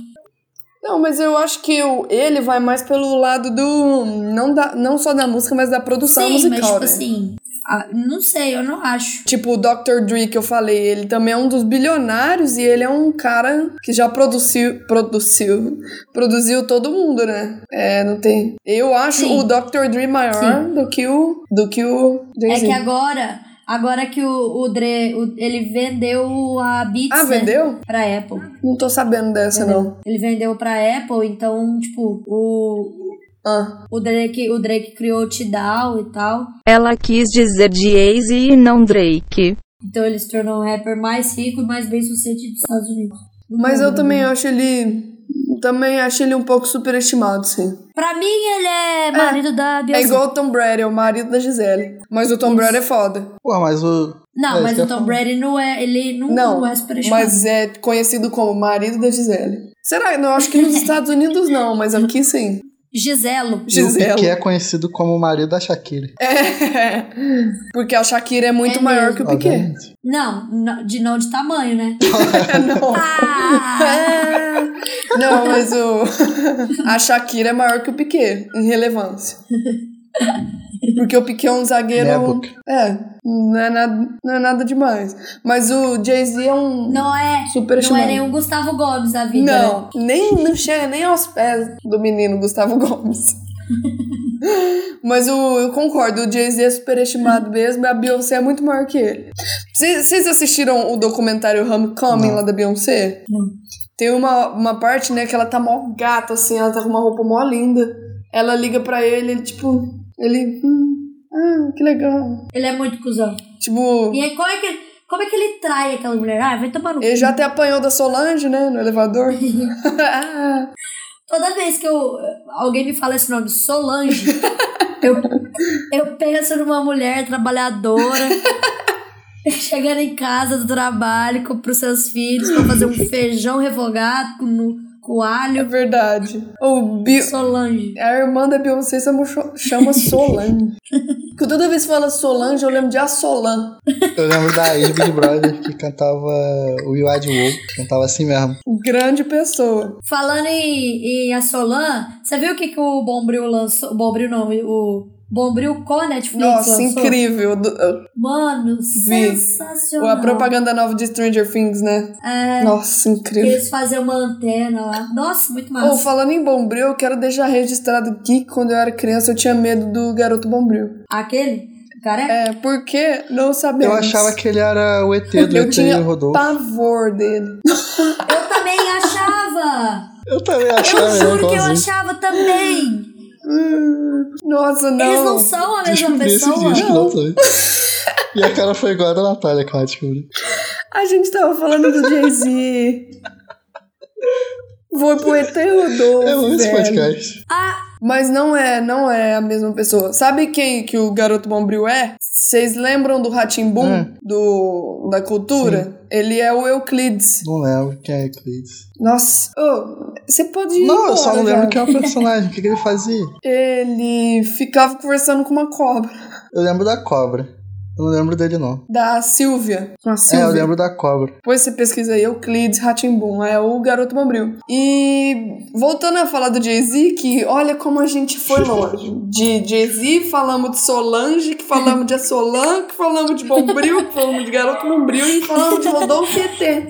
S1: Não, mas eu acho que o, ele vai mais pelo lado do. Não, da, não só da música, mas da produção
S3: Sim, mas
S1: musical.
S3: tipo
S1: né?
S3: assim, ah, não sei, eu não acho.
S1: Tipo, o Dr. Dre que eu falei, ele também é um dos bilionários e ele é um cara que já produziu. Produziu. Produziu todo mundo, né? É, não tem. Eu acho
S3: Sim.
S1: o Dr. Dre maior
S3: Sim.
S1: do que o. do que o.
S3: é
S1: Jay-Z.
S3: que agora, agora que o, o Dre, o- ele vendeu a Beats
S1: Ah,
S3: né,
S1: vendeu?
S3: pra Apple.
S1: Não tô sabendo dessa, não.
S3: Ele vendeu pra Apple, então, tipo, o,
S1: Ah.
S3: o, Drake, o Drake criou o Tidal e tal.
S4: Ela quis dizer Jay-Z e não Drake.
S3: Então ele se tornou o rapper mais rico e mais bem sucedido dos Estados Unidos. Do
S1: Mas
S3: mundo.
S1: eu também acho ele. Também acho ele um pouco superestimado, sim.
S3: Pra mim, ele é marido da
S1: É
S3: Beyoncé.
S1: igual o Tom Brady, é o marido da Gisele. Mas o Tom Brady é foda.
S2: Pô, mas o.
S3: Não,
S2: É,
S3: mas
S2: isso
S3: o
S2: que eu
S3: Tom
S2: ia falar.
S3: Brady não é. Ele não,
S1: Não,
S3: não é superestimado.
S1: mas é conhecido como marido da Gisele. Será? Não, acho que nos Estados Unidos não, mas aqui sim.
S3: Giselo.
S2: e o Piqué
S1: Gisele.
S2: é conhecido como o marido da Shakira.
S1: É. Porque a Shakira é muito
S3: É
S1: maior
S3: mesmo.
S1: que o Piquet.
S2: Obviamente.
S3: Não, não- de não de tamanho, né?
S1: É, não.
S3: Ah!
S1: É. Não, mas o... a Shakira é maior que o Piquet, em relevância. Porque o Piquet é um zagueiro.
S2: Né, Boca?
S1: É, não é nada, não é nada demais. Mas o Jay-Z é um.
S3: não é.
S1: Super
S3: Não é nenhum Gustavo Gomes da vida. né?
S1: Não, nem não chega nem aos pés do menino Gustavo Gomes. Mas o, eu concordo, o Jay-Z é superestimado mesmo, e a Beyoncé é muito maior que ele. Vocês vocês assistiram o documentário Homecoming
S2: Não.
S1: lá da Beyoncé?
S3: Não.
S1: Tem uma, uma parte, né, que ela tá mó gata, assim, ela tá com uma roupa mó linda. Ela liga pra ele, ele, tipo, ele. "Hum, ah, que legal.
S3: Ele é muito cuzão.
S1: Tipo,
S3: E aí, como é que. Como é que ele trai aquela mulher? Ah, vai tomar no
S1: ele
S3: cu.
S1: já até apanhou da Solange, né, no elevador. Ah.
S3: Toda vez que eu, alguém me fala esse nome, Solange, eu, eu penso numa mulher trabalhadora chegando em casa do trabalho para os seus filhos para fazer um feijão refogado com, no, com
S1: É
S3: alho.
S1: verdade. O Bi...
S3: Solange.
S1: A irmã da Beyoncé chama, chama Solange. Porque toda vez que fala Solange, eu lembro de a Solan.
S2: Eu lembro da ex Big Brother que cantava o You Are the World, que cantava assim mesmo.
S1: Grande pessoa.
S3: Falando em, em a Solan, você viu o que, que o Bombril lançou? Bombril não, o Bombril com a Netflix
S1: Nossa,
S3: lançou?
S1: incrível. Do-
S3: Mano,
S1: a
S3: sensacional.
S1: propaganda nova de Stranger Things, né?
S3: É,
S1: Nossa, incrível.
S3: eles fazem uma antena lá. Nossa, muito massa.
S1: Ou falando em Bombril, eu quero deixar registrado aqui que quando eu era criança eu tinha medo do garoto Bombril.
S3: Aquele? O cara é.
S1: É, porque não sabemos.
S2: Eu achava que ele era o ET do
S1: eu
S2: ET e
S1: tinha
S2: Rodolfo.
S1: pavor dele.
S3: Eu também achava!
S2: Eu também
S3: Eu
S2: achava ele
S3: juro que eu
S2: igualzinho.
S3: achava também!
S1: Hum, Nossa, não.
S3: Eles não são a mesma
S2: Descobri esses
S3: pessoa.
S2: dias que não também. E a cara foi igual a da Natália quando ela descobriu.
S1: A gente tava falando do Jay-Z. Vou pro ET Rodolfo.
S2: Eu amo esse
S1: velho.
S2: É, podcast.
S1: Mas não é, não é a mesma pessoa. Sabe quem que o garoto Bombril é? Vocês lembram do Ratimbum
S2: Hum.
S1: do da cultura? Ele é o Euclides.
S2: Não lembro quem é Euclides.
S1: Nossa, Ô, você pode ir
S2: Não, eu só
S1: embora
S2: não
S1: já.
S2: lembro quem é o personagem. O que, que ele fazia?
S1: Ele ficava conversando com uma cobra
S2: Eu lembro da cobra. Eu não lembro dele, não.
S1: da Silvia. Com a
S2: É,
S1: Silvia.
S2: eu lembro da cobra.
S1: Depois você pesquisa aí, Euclides Ratimbum, é o garoto bombril. E voltando a falar do Jay-Z, que olha como a gente foi longe. De Jay-Z, falamos de Solange, que falamos de Assolan, que falamos de Bombril, que falamos de garoto bombril e falamos de Rodolfo e ET.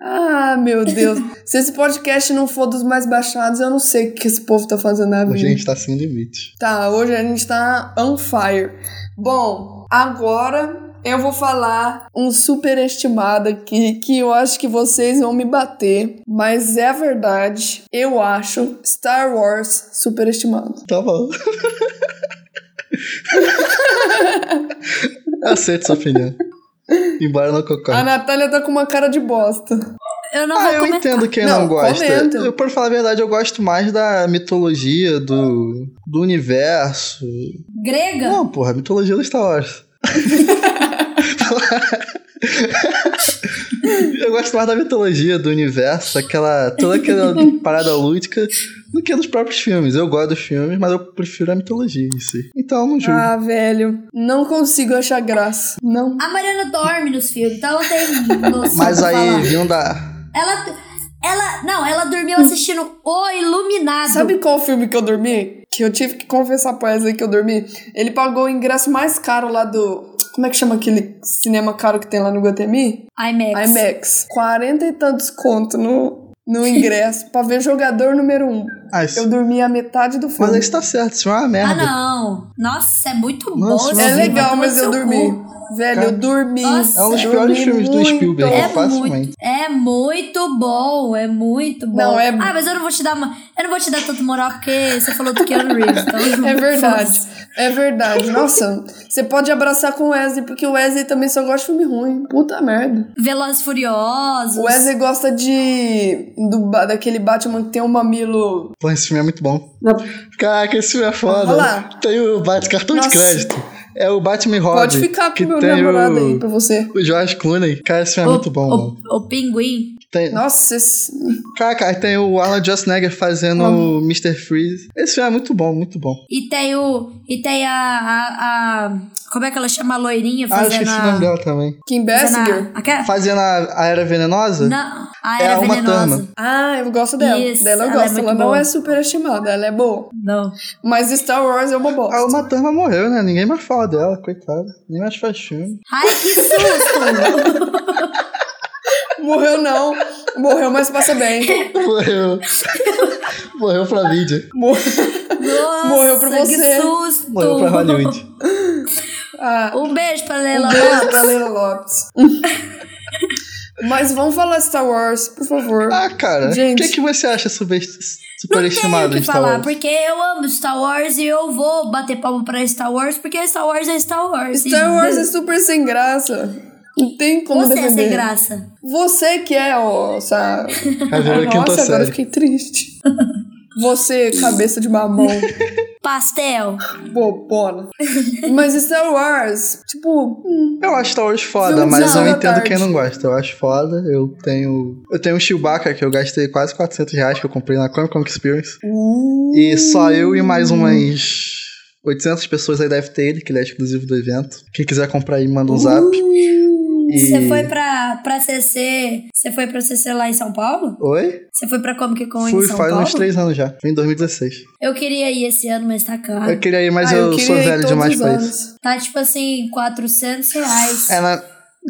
S1: Ah, meu Deus. Se esse podcast não for dos mais baixados, eu não sei o que esse povo tá fazendo na vida.
S2: Hoje a gente tá sem limite.
S1: Tá, hoje a gente tá on fire. Bom, agora eu vou falar um superestimado aqui que eu acho que vocês vão me bater, mas é a verdade. Eu acho Star Wars superestimado.
S2: Tá bom. Aceito sua opinião. Embora eu não
S1: A
S2: concorde.
S1: Natália tá com uma cara de bosta.
S3: Eu não
S2: Ah,
S3: vou
S2: eu
S3: comentar.
S2: entendo quem
S1: Não,
S2: não, gosta.
S1: comenta.
S2: Eu, por falar a verdade, eu gosto mais da mitologia, do, do universo.
S3: Grega?
S2: Não, porra, a mitologia do Star Wars. eu gosto mais da mitologia, do universo, aquela, toda aquela parada lúdica, do que dos próprios filmes. Eu gosto dos filmes, mas eu prefiro a mitologia em si. Então eu não julgo.
S1: Ah, velho. Não consigo achar graça. Não.
S3: A Mariana dorme nos filmes, então ela tem noção
S2: mas
S3: pra
S2: aí,
S3: falar.
S2: vindo da.
S3: Ela, ela, não, ela dormiu assistindo O Iluminado.
S1: Sabe qual filme que eu dormi? Que eu tive que confessar pra essa que eu dormi. Ele pagou o ingresso mais caro lá do. Como é que chama aquele cinema caro que tem lá no Guatemi?
S3: IMAX.
S1: IMAX. 40 e tantos conto no, no ingresso pra ver jogador número 1. Um.
S2: Ah, isso-
S1: Eu dormi a metade do
S2: Mas
S1: filme.
S2: aí você tá certo, isso é uma merda.
S3: Ah, não. Nossa, é muito
S2: Nossa,
S3: bom.
S2: não
S1: é
S2: vi.
S3: esse filme, vai
S1: legal,
S3: tomar
S1: mas eu
S3: seu
S1: dormi.
S3: cu.
S1: Velho, eu dormi.
S3: Nossa,
S2: É um dos
S1: eu
S2: piores
S1: dormi
S2: filmes do
S1: muito.
S2: Spielberg,
S3: É
S2: facilmente.
S3: É muito bom, é muito bom.
S1: Não, é-
S3: Ah, mas eu não vou te dar uma, eu não vou te dar tanto moral porque você falou do Keanu Reeves, então.
S1: É verdade,
S3: foda-se.
S1: é verdade. Nossa, você pode abraçar com o Wesley, porque o Wesley também só gosta de filme ruim. Puta merda.
S3: Velozes e Furiosos.
S1: O Wesley gosta de. Do, ba- daquele Batman que tem um mamilo.
S2: Pô, esse filme é muito bom.
S1: na-
S2: Caraca, esse filme é foda.
S1: Olha lá.
S2: Tem o Bat cartão
S1: Nossa.
S2: de crédito. É o Batman e Robin.
S1: Pode ficar com
S2: que
S1: o meu
S2: tem
S1: namorado
S2: o...
S1: aí pra você.
S2: O Josh Clooney. Cara, esse filme é muito bom, mano.
S3: O, o Pinguim.
S2: Tem...
S1: Nossa, esse-
S2: Caraca, aí tem o Alan Schwarzenegger fazendo o Mr. Freeze. Esse filme é muito bom, muito bom.
S3: E tem o. E tem a. a, a- como é que ela chama a loirinha
S2: Ah, eu
S3: fazendo
S2: esqueci o nome
S3: a.
S2: dela também.
S1: Kim Basinger.
S3: Fazendo a. Aquela.
S2: Fazendo a, a Era Venenosa?
S3: Não, a
S2: É
S3: era
S2: a Uma
S3: venenosa.
S2: Thurman.
S1: Ah, eu gosto dela.
S3: Isso,
S1: dela eu
S3: ela é
S1: gosto.
S3: muito
S1: ela não
S3: boa.
S1: é superestimada, ela é boa.
S3: Não.
S1: Mas Star Wars é uma bosta.
S2: A Uma Thurman Ah, morreu, né? Ninguém mais fala dela, coitada. Nem mais faz filme.
S3: Ai, que susto!
S1: Morreu não. Morreu, mas passa bem.
S2: Morreu. morreu pra mídia.
S1: Mor-
S3: Nossa,
S1: Morreu pra você.
S3: Que susto!
S2: Morreu pra Hollywood.
S1: Ah,
S3: Um beijo pra
S1: um
S3: Leila.
S1: beijo pra Leila Lopes. mas vamos falar Star Wars, por favor.
S2: Ah, cara, o
S1: Gente.
S2: que, que você acha super,
S3: Não tenho o
S2: superestimado
S3: que
S2: de Star
S3: falar,
S2: Wars?
S3: porque eu amo Star Wars e eu vou bater palma pra Star Wars, porque Star Wars é Star Wars.
S1: Star Wars é
S3: é
S1: super sem graça. Não tem como
S3: Você é
S1: defender.
S3: sem graça.
S1: Você que é, ó, sabe?
S2: A virou a Tá quinta
S1: Nossa, agora eu
S2: série.
S1: fiquei triste. Você, cabeça de mamão.
S3: Pastel.
S1: bobona. Mas Star Wars, tipo, hum,
S2: Eu acho Star Wars foda,
S1: Filme de
S2: mas eu
S1: sessão da
S2: entendo
S1: tarde.
S2: quem não gosta. Eu acho foda. Eu tenho. Eu tenho um Chewbacca que eu gastei quase 400 reais que eu comprei na Comic Con Experience. E só eu e mais umas 800 pessoas aí deve ter ele, que ele é exclusivo do evento. Quem quiser comprar aí,
S1: Uh,
S2: manda um zap. E-
S3: Você foi pra, pra CC. Você foi pra CC lá em São Paulo?
S2: Oi?
S3: Você foi pra Comic Con
S2: Fui
S3: em São
S2: faz
S3: Paulo?
S2: uns 3 anos já. Fui em 2016.
S3: Eu queria ir esse ano, mas tá caro.
S2: Eu queria ir, mas
S1: ah,
S2: eu,
S1: queria
S2: sou
S1: ir
S2: velho
S1: todos
S2: demais
S1: os
S2: pra isso.
S1: anos.
S3: Tá tipo assim, 400 reais.
S2: É, na...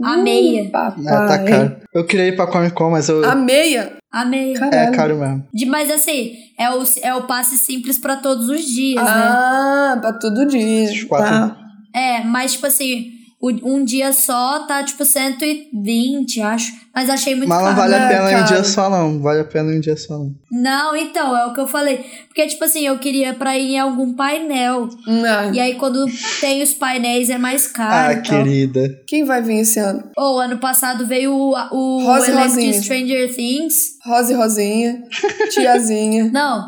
S3: A meia.
S1: Hum, Papai.
S2: é, tá caro. Eu queria ir pra Comic Con, mas eu.
S1: A meia?
S3: A meia.
S2: É
S1: Caralho.
S2: caro mesmo.
S3: De, mas assim, é o, é o passe simples pra todos os dias, né?
S1: Ah, pra todo dia.
S2: Esses quatro-
S1: Tá.
S3: É, mas tipo assim, o- um dia só tá tipo 120, acho. Mas achei muito
S2: Mas não
S3: caro.
S2: vale a
S1: né,
S2: pena em um
S1: cara?
S2: dia só, não. Vale a pena em um dia só, não.
S3: Não, então, é o que eu falei. Porque, tipo assim, eu queria pra ir em algum painel.
S1: Não.
S3: E aí, quando tem os painéis, é mais
S1: então.
S2: ah,
S3: caro. e tal.
S2: querida.
S1: Quem vai vir esse ano?
S3: Ou ano passado veio o, o
S1: Rosa e
S3: elenco de
S1: Rosinha.
S3: Stranger Things.
S1: Rose e Rosinha, Tiazinha,
S3: Não,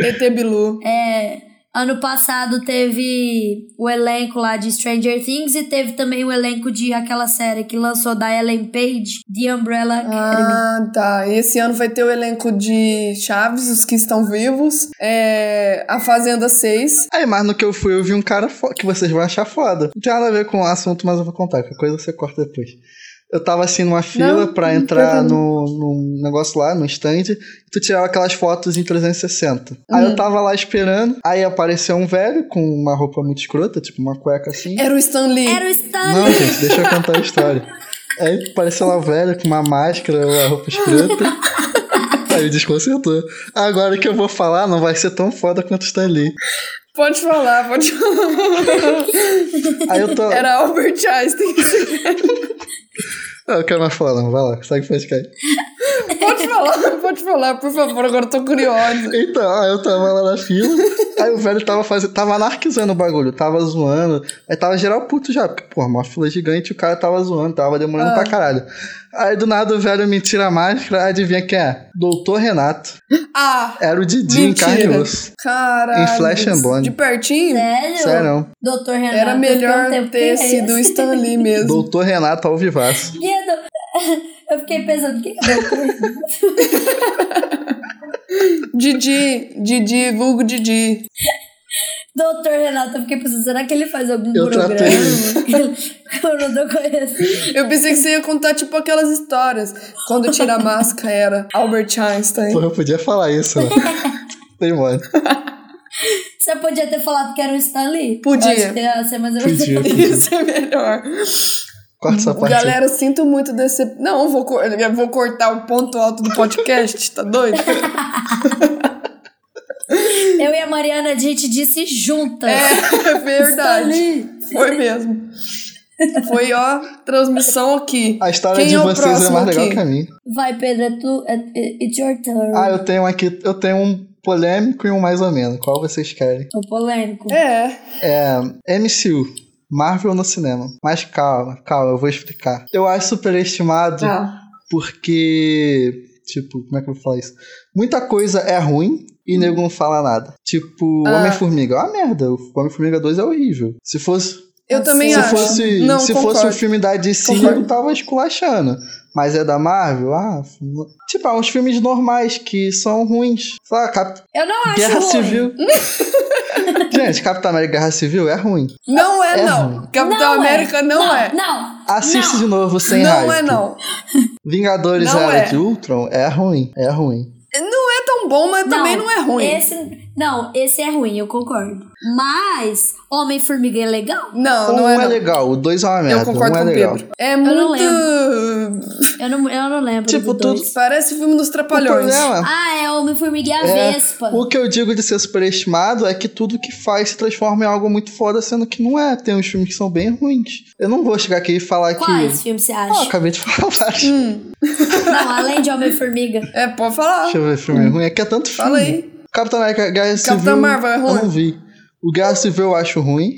S1: ET Bilu.
S3: é. Ano passado teve o elenco lá de Stranger Things e teve também o elenco de aquela série que lançou da Ellen Page, The Umbrella Academy.
S1: Ah, tá. E esse ano vai ter o elenco de Chaves, os que estão vivos. É, a Fazenda 6.
S2: Aí, mas no que eu fui, eu vi um cara fo- que vocês vão achar foda. Não tem nada a ver com o assunto, mas eu vou contar. Que coisa você corta depois. Eu tava assim numa fila
S1: Não,
S2: pra
S1: não
S2: entrar
S1: tem
S2: no, num negócio lá, no stand, e tu tirava aquelas fotos em 360. Aí
S1: Hum.
S2: eu tava lá esperando, aí apareceu um velho com uma roupa muito escrota, tipo uma cueca assim.
S1: Era o Stan Lee.
S3: Era o Stanley!
S2: Não, gente, deixa eu contar a história. Aí apareceu uma velha com uma máscara, uma roupa escrota. Aí me desconcertou. Agora o que eu vou falar não vai ser tão foda quanto está ali.
S1: Pode falar, pode falar.
S2: Aí eu tô.
S1: Era Albert Einstein.
S2: Ah, Eu quero mais falar, não. Vai lá, segue o podcast.
S1: Pode falar, pode falar, por favor, agora eu tô curiosa.
S2: Então, aí eu tava lá na fila, aí o velho tava fazendo, tava anarquizando o bagulho, tava zoando, aí tava geral puto já, porque, porra, uma fila gigante, o cara tava zoando, tava demorando
S1: Ah.
S2: pra caralho. Aí do nada o velho me tira a máscara, adivinha quem é? Doutor Renato.
S1: Ah,
S2: Era o Didi em carne e
S1: Mentira.
S2: osso.
S1: caralho.
S2: Em Flash and Bone.
S1: De pertinho?
S3: Sério?
S2: Sério?
S3: Doutor Renato.
S1: Era
S3: eu fiquei
S1: melhor
S3: um tempo, quem é
S1: ter sido o
S3: esse?
S1: Stan Lee mesmo.
S2: Doutor Renato ao vivaço.
S3: Guido, Eu fiquei pensando, quem que é doutor?
S1: Didi, Didi, vulgo Didi.
S3: Doutor Renato, eu fiquei pensando, será que ele faz algum
S2: Eu
S3: programa?
S2: tratei
S3: Quando eu conheço.
S1: Eu pensei que você ia contar, tipo, aquelas histórias. Quando tira a máscara era Albert Einstein.
S2: Porra, eu podia falar isso, né? Tem, mano.
S3: Você podia ter falado que era o Stanley?
S1: Podia.
S3: Eu acho que ia ser mais ou menos. assim.
S2: Podia.
S1: Isso é melhor.
S2: Corta essa parte. aí.
S1: Galera, eu sinto muito desse. Não, eu vou, co- eu vou cortar o ponto alto do podcast, tá doido?
S3: Eu e a Mariana, a gente disse juntas.
S1: É verdade.
S3: Stanley.
S1: Foi mesmo. Foi, ó, transmissão aqui.
S2: A história
S1: Quem
S2: de
S1: é o
S2: vocês é
S1: próximo
S2: mais legal
S1: aqui?
S2: que a minha.
S3: Vai, Pedro, é tu, é, é- it's your turn.
S2: Ah, eu tenho aqui, eu tenho um polêmico e um mais ou menos. Qual vocês querem?
S3: Tô polêmico.
S1: É.
S2: É, MCU, Marvel no cinema. Mas calma, calma, eu vou explicar. Eu acho superestimado
S1: Tá.
S2: porque, tipo, como é que eu vou falar isso? Muita coisa é ruim e nego não fala nada. Tipo,
S1: Ah.
S2: Homem-Formiga é uma merda. O Homem-Formiga 2 é horrível. Se fosse,
S1: Eu
S3: Assim,
S1: também
S2: se
S1: acho.
S2: fosse,
S1: Não,
S2: se
S1: concordo.
S2: fosse um filme da DC, eu
S1: Concordo.
S2: não tava esculachando. Mas é da Marvel, ah, filme- tipo, há uns filmes normais que são ruins. Sei lá, Cap-
S3: Eu não acho
S2: Guerra
S3: ruim.
S2: Civil. Gente, Capitão América Guerra Civil é ruim.
S1: Não é,
S2: É
S1: não. Capitão
S3: Não é.
S1: América não, é.
S3: Não,
S2: Assiste de novo sem
S1: não
S2: hype.
S1: é, não.
S2: Vingadores
S1: Não
S2: Era
S1: é.
S2: de Ultron é ruim, é ruim.
S1: Não é tão bom, mas também não é ruim.
S3: Esse, não, esse é ruim, eu concordo. Mas Homem-Formiga é legal?
S1: Não,
S2: um
S1: não é,
S2: é
S1: não.
S2: legal, o dois é uma merda,
S1: Eu concordo
S2: um é
S1: com o
S2: legal.
S1: Pedro. É
S3: não
S1: muito.
S3: Eu não, eu não lembro
S2: Tipo,
S3: do
S2: tudo-
S3: dois.
S1: Parece filme dos
S2: O
S1: Trapalhões.
S2: problema
S3: Ah, é Homem-Formiga e a
S2: É,
S3: Vespa.
S2: o que eu digo de ser superestimado é que tudo que faz se transforma em algo muito foda, sendo que não é. Tem uns filmes que são bem ruins. Eu não vou chegar aqui e falar
S3: Quais
S2: que.
S3: filmes você
S2: Ah,
S3: acha?
S2: acabei de falar.
S1: Hum,
S3: não, além de Homem-Formiga.
S1: é, pode falar.
S2: Deixa eu ver filme ruim. É que é tanto filme.
S1: Fala aí.
S2: Capitão América Guerra Civil.
S1: Capitão Marvel é ruim.
S2: Eu não vi. O Guerra Civil eu acho ruim.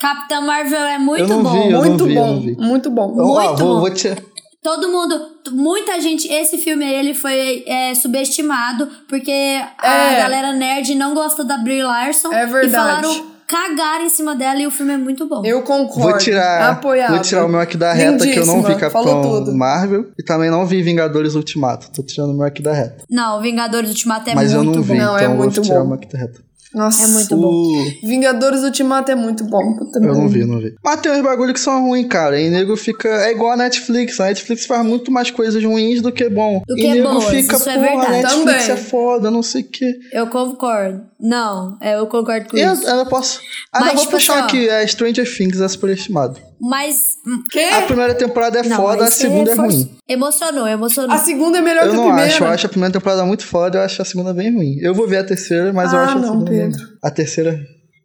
S3: Capitão Marvel é muito
S2: Eu não
S3: bom.
S2: vi, eu-
S1: muito
S2: vi,
S1: bom,
S2: não vi.
S1: muito bom.
S2: Então, ó,
S3: Muito
S2: vou,
S3: bom.
S2: vou te...
S3: Todo mundo, t- muita gente, esse filme aí, ele foi é, subestimado, porque a
S1: É.
S3: galera nerd não gosta da Brie Larson.
S1: É verdade.
S3: E falaram cagar em cima dela e o filme é muito bom.
S1: Eu concordo.
S2: Vou tirar,
S1: Apoiado.
S2: vou tirar o meu aqui da reta, que eu não vi
S1: Lindíssima, falou
S2: Capitão
S1: tudo.
S2: Marvel. E também não vi Vingadores Ultimato. Tô tirando o meu aqui da reta.
S3: Não, Vingadores Ultimato é
S2: Mas eu
S3: muito
S2: não vi,
S3: bom.
S1: Não, é
S2: então vou
S1: muito
S2: tirar
S1: bom.
S2: o meu aqui da reta.
S1: Nossa,
S3: É muito bom.
S2: O-
S1: Vingadores Ultimato é muito bom. Puta
S2: Eu não
S1: merda.
S2: vi, não vi. Mas tem uns bagulho que são ruins, cara. E nego fica. É igual a Netflix. A Netflix faz muito mais coisas ruins do que bom.
S3: Do
S2: e
S3: que
S2: nego
S3: boas,
S2: fica,
S3: isso é
S2: porra,
S3: verdade."
S2: Netflix
S1: Também.
S2: é foda, não sei o quê.
S3: Eu concordo. Não, é, eu concordo com
S2: E eu,
S3: isso.
S2: eu posso. Ah,
S3: Mas,
S2: não, vou
S3: tipo
S2: puxar
S3: assim, ó.
S2: aqui. É Stranger Things é superestimado.
S3: Mas. hum,
S1: Quê?
S2: A primeira temporada é
S3: Não,
S2: foda, a
S3: esse
S2: segunda é
S3: foi-
S2: ruim.
S3: Emocionou, emocionou.
S1: A
S2: Assim-
S1: segunda é melhor
S2: Eu
S1: que a
S2: não
S1: primeira.
S2: acho, eu acho a primeira temporada muito foda, eu acho a segunda bem ruim. Eu vou ver a terceira, mas eu
S1: Ah,
S2: acho a
S1: não,
S2: segunda.
S1: Pedro.
S2: ruim. A terceira.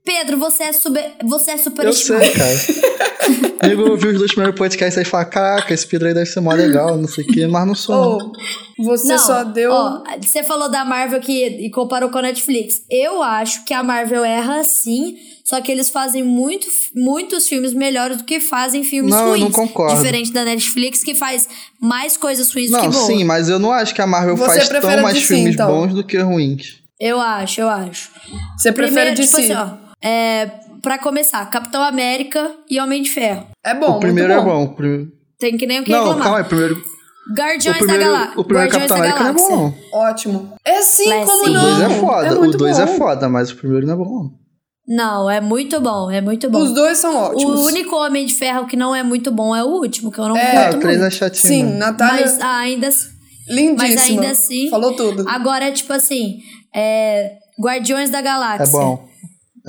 S3: Pedro, você é, super, você é
S2: Eu
S3: superestimado.
S2: sei, cara. Amigo, eu ouvi os dois primeiros podcasts aí e falei, caraca, esse Pedro aí deve ser mó legal, não sei o quê, mas não sou. não.
S1: Ô, você
S3: Não,
S1: só deu.
S3: ó, você falou da Marvel que, e comparou com a Netflix. Eu acho que a Marvel erra sim, só que eles fazem muito, muitos filmes melhores do que fazem filmes
S2: Não, eu
S3: ruins.
S2: não concordo.
S3: Diferente da Netflix, que faz mais coisas ruins do
S2: Não,
S3: que boas.
S2: sim, mas eu não acho que a Marvel
S1: Você
S2: faz
S1: prefere
S2: tão
S1: a
S2: mais
S1: DC,
S2: filmes
S1: então?
S2: bons do que ruins.
S3: Eu acho, eu acho.
S1: Você prefere
S3: Primeiro,
S1: de
S3: tipo
S1: si.
S3: assim, ó. É, pra começar, Capitão América e Homem de Ferro.
S1: é bom.
S2: o primeiro
S1: muito
S2: é bom. O primeiro...
S3: Tem que nem o que
S2: Não,
S3: reclamar.
S2: calma aí, o primeiro, o
S3: Guardiões
S2: primeiro,
S3: da Galáxia.
S2: o primeiro
S3: Guardiões
S2: Capitão
S3: da
S2: América não é
S3: Galáxia.
S2: bom, não.
S1: Ótimo. É sim,
S3: Mas
S1: como
S3: sim.
S2: O
S1: não?
S2: dois é foda, o
S1: muito
S2: dois
S1: bom.
S2: é foda, mas o primeiro não é bom, não.
S3: Não, é muito bom, é muito bom.
S1: Os dois são ótimos.
S3: O único Homem de Ferro que não é muito bom é o último, que eu não
S1: É, tá
S2: É,
S3: curto
S2: o 3
S3: muito.
S2: é chatinho.
S1: Sim,
S2: mesmo.
S1: Natália,
S3: Mas ainda, s-
S1: lindíssima.
S3: mas ainda assim-
S1: Falou tudo.
S3: agora, tipo assim, é, Guardiões da
S2: É
S1: ah,
S3: Galáxia.
S2: bom.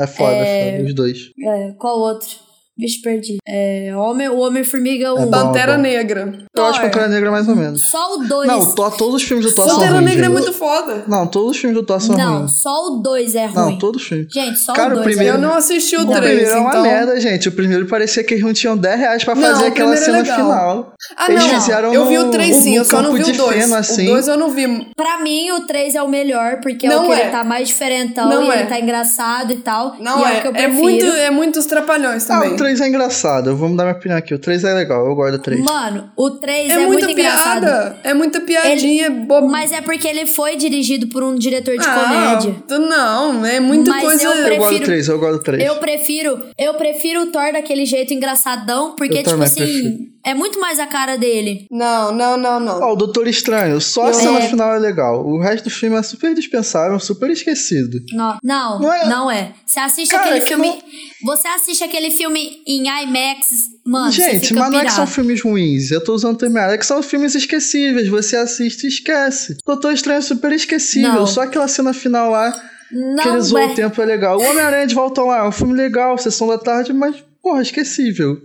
S2: É foda, é foda, os dois.
S3: É, qual outro? Vixe, perdi. É, Homem, o Homem-Formiga, o...
S2: É bom.
S1: Pantera Negra.
S2: Eu acho é
S1: Thor.
S2: Pantera Negra mais ou menos.
S3: Só o dois.
S2: Não, o Thor, todos os filmes do Thor são
S1: Pantera
S2: ruins.
S1: Negra é
S2: gente.
S1: muito foda.
S2: Não, todos os filmes do Thor são
S3: Não,
S2: ruins.
S3: só o dois é ruim.
S2: é Não, todos os filmes.
S3: Gente, só
S2: Cara,
S3: o
S2: o
S3: dois.
S2: primeiro-
S3: é
S1: Eu
S3: ruim.
S1: não assisti o
S2: O primeiro
S1: 3,
S2: é uma
S1: então...
S2: merda, gente. O primeiro parecia que eles não tinham 10 reais pra
S1: Não,
S2: fazer
S1: o
S2: aquela
S1: primeiro é legal.
S2: cena final.
S1: Ah,
S2: Eles
S1: não.
S2: fizeram
S1: eu vi o
S2: no-
S1: 3 sim,
S2: no
S1: eu só não
S2: campo
S1: vi o
S2: de
S1: 2.
S2: feno, assim.
S1: O 2 eu não vi.
S3: Pra mim, o 3 é o melhor, porque é o
S1: Não
S3: que
S1: é.
S3: ele tá mais diferentão
S1: Não
S3: e
S1: é.
S3: ele tá engraçado e tal.
S1: Não
S3: e é,
S1: é.
S3: o que eu
S1: é,
S3: prefiro.
S1: muito, é muitos trapalhões
S2: Ah,
S1: também.
S2: o 3 é engraçado. Vamos dar minha opinião aqui. O 3 é legal, eu gosto do 3.
S3: Mano, o 3
S1: é,
S3: é,
S1: muita
S3: muito engraçado.
S1: piada. É muita piadinha boba.
S3: Mas é porque ele foi dirigido por um diretor de
S1: Ah,
S3: comédia.
S1: tu não, é muita
S3: Mas
S1: coisa.
S3: eu
S2: eu gosto do
S3: prefiro-
S2: 3, eu gosto do 3.
S3: Eu prefiro, eu prefiro o Thor daquele jeito engraçadão, porque,
S2: Eu
S3: tipo
S2: também
S3: assim,
S2: prefiro.
S3: é muito mais a cara dele.
S1: Não, não, não, não.
S2: Ó, o Doutor Estranho, só a
S1: Eu-
S2: cena
S3: É.
S2: final é legal. O resto do filme é super dispensável, super esquecido.
S3: Não, não,
S2: Não é-
S3: não é. Você assiste
S2: Cara,
S3: aquele
S2: que
S3: filme.
S2: não-
S3: Você assiste aquele filme em IMAX, mano. você
S2: Gente,
S3: fica
S2: mas não é que são
S3: pirado.
S2: filmes ruins. Eu tô usando o termo errado. É que são filmes esquecíveis. Você assiste e esquece. Doutor Estranho é super esquecível.
S3: Não.
S2: Só aquela cena final lá, que ele
S3: Não,
S2: zoou
S3: é.
S2: o tempo, é legal. O Homem-Aranha de Volta lá, é um filme legal, Sessão da Tarde, mas, porra, esquecível.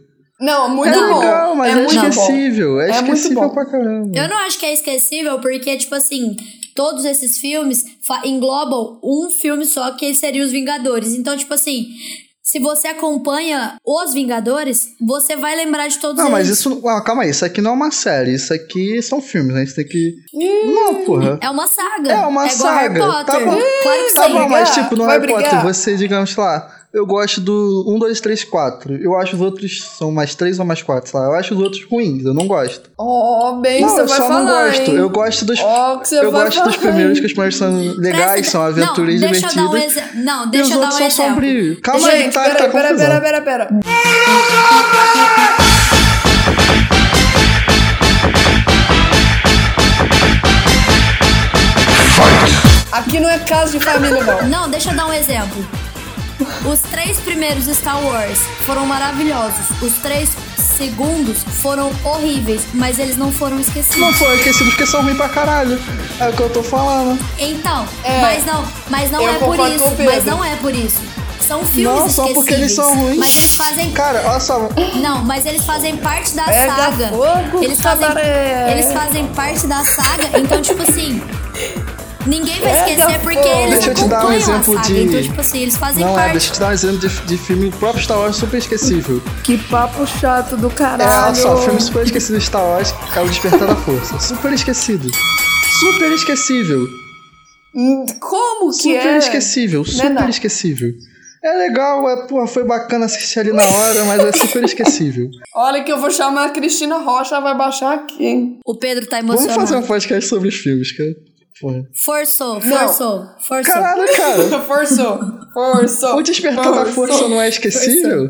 S1: Não,
S2: É
S1: muito bom.
S2: legal, mas
S1: é
S2: é,
S1: muito bom.
S2: esquecível. É,
S1: É muito
S2: esquecível
S1: bom.
S2: pra caramba.
S3: Eu não acho que é esquecível, porque, tipo assim, todos esses filmes fa- englobam um filme só, que seria Os Vingadores. Então, tipo assim, se você acompanha Os Vingadores, você vai lembrar de todos
S2: Não, mas
S3: eles.
S2: isso. Ah, calma aí, isso aqui não é uma série, isso aqui são filmes, né? A gente tem que.
S1: Hum,
S2: Não, porra.
S3: É uma saga.
S2: É uma
S3: igual Harry
S2: saga,
S3: Potter.
S2: tá bom.
S3: Claro que
S2: Tá
S3: sim.
S2: bom, mas tipo, no
S1: Vai
S2: Harry Potter,
S1: brigar?
S2: você, digamos, sei lá, eu gosto do 1, 2, 3, 4. Eu acho os outros são mais 3 ou mais 4, sei lá. Eu acho os outros ruins, eu não gosto.
S1: Ó, bem,
S2: não,
S1: você
S2: eu
S1: vai
S2: só
S1: falar.
S2: não gosto.
S1: hein?
S2: Eu gosto dos.
S1: Ó, que você
S2: eu
S1: vai
S2: gosto
S1: falar.
S2: dos primeiros, que os primeiros são legais,
S3: Presta-
S2: são aventuras
S3: não, deixa eu
S2: divertidas.
S3: dar um exe- Não, deixa
S2: e os
S3: eu dar um
S2: outros são
S3: exemplo.
S2: sombrios. Calma aí,
S1: Gente,
S2: tá, tá
S1: pera, pera,
S2: confusão.
S1: pera, pera, pera. Aqui não é caso de família, não.
S3: Não, deixa eu dar um exemplo. Os três primeiros Star Wars foram maravilhosos. Os três segundos foram horríveis, mas eles não foram esquecidos.
S2: Não é foi aquecido porque são ruins pra caralho. É o que eu tô falando.
S3: Então,
S1: É.
S3: mas não, mas não
S1: Eu
S3: é por
S1: concordo com o
S3: isso.
S1: Pedro.
S3: Mas não é por isso. São filmes
S2: Não, só porque eles
S3: esquecíveis,
S2: são ruins.
S3: Mas eles fazem
S2: Cara, olha só.
S3: Não, mas eles fazem parte da
S1: Pega
S3: saga.
S1: fogo,
S3: eles, fazem,
S1: cabaré.
S3: eles fazem parte da saga, então, tipo assim. Ninguém vai
S1: Pega
S3: esquecer porque
S1: fogo.
S3: eles
S2: Deixa eu te dar um
S3: acompanham
S2: exemplo
S3: a saga.
S2: de-
S3: Então, tipo assim, eles fazem
S2: Não é,
S3: parte.
S2: deixa eu te dar um exemplo de, de filme próprio Star Wars super esquecível.
S1: Que papo chato do
S2: É, olha
S1: caralho.
S2: só, filme super esquecido de Star Wars, que é o Despertar da Força. Super esquecido. Super esquecível.
S1: Hum, Como que
S2: Super
S1: é?
S2: esquecível. Super
S1: não.
S2: esquecível. É legal, é, porra, foi bacana assistir ali na hora, mas é super esquecível.
S1: Olha que eu vou chamar a Cristina Rocha, ela vai baixar aqui, hein?
S3: O Pedro tá
S2: Vamos
S3: emocionado.
S2: fazer um podcast sobre os filmes, cara. Porra.
S1: Não.
S3: Forçou, forçou, forçou.
S2: Caralho, cara.
S1: Forçou, forçou.
S2: O É. Despertar da Força não é esquecível?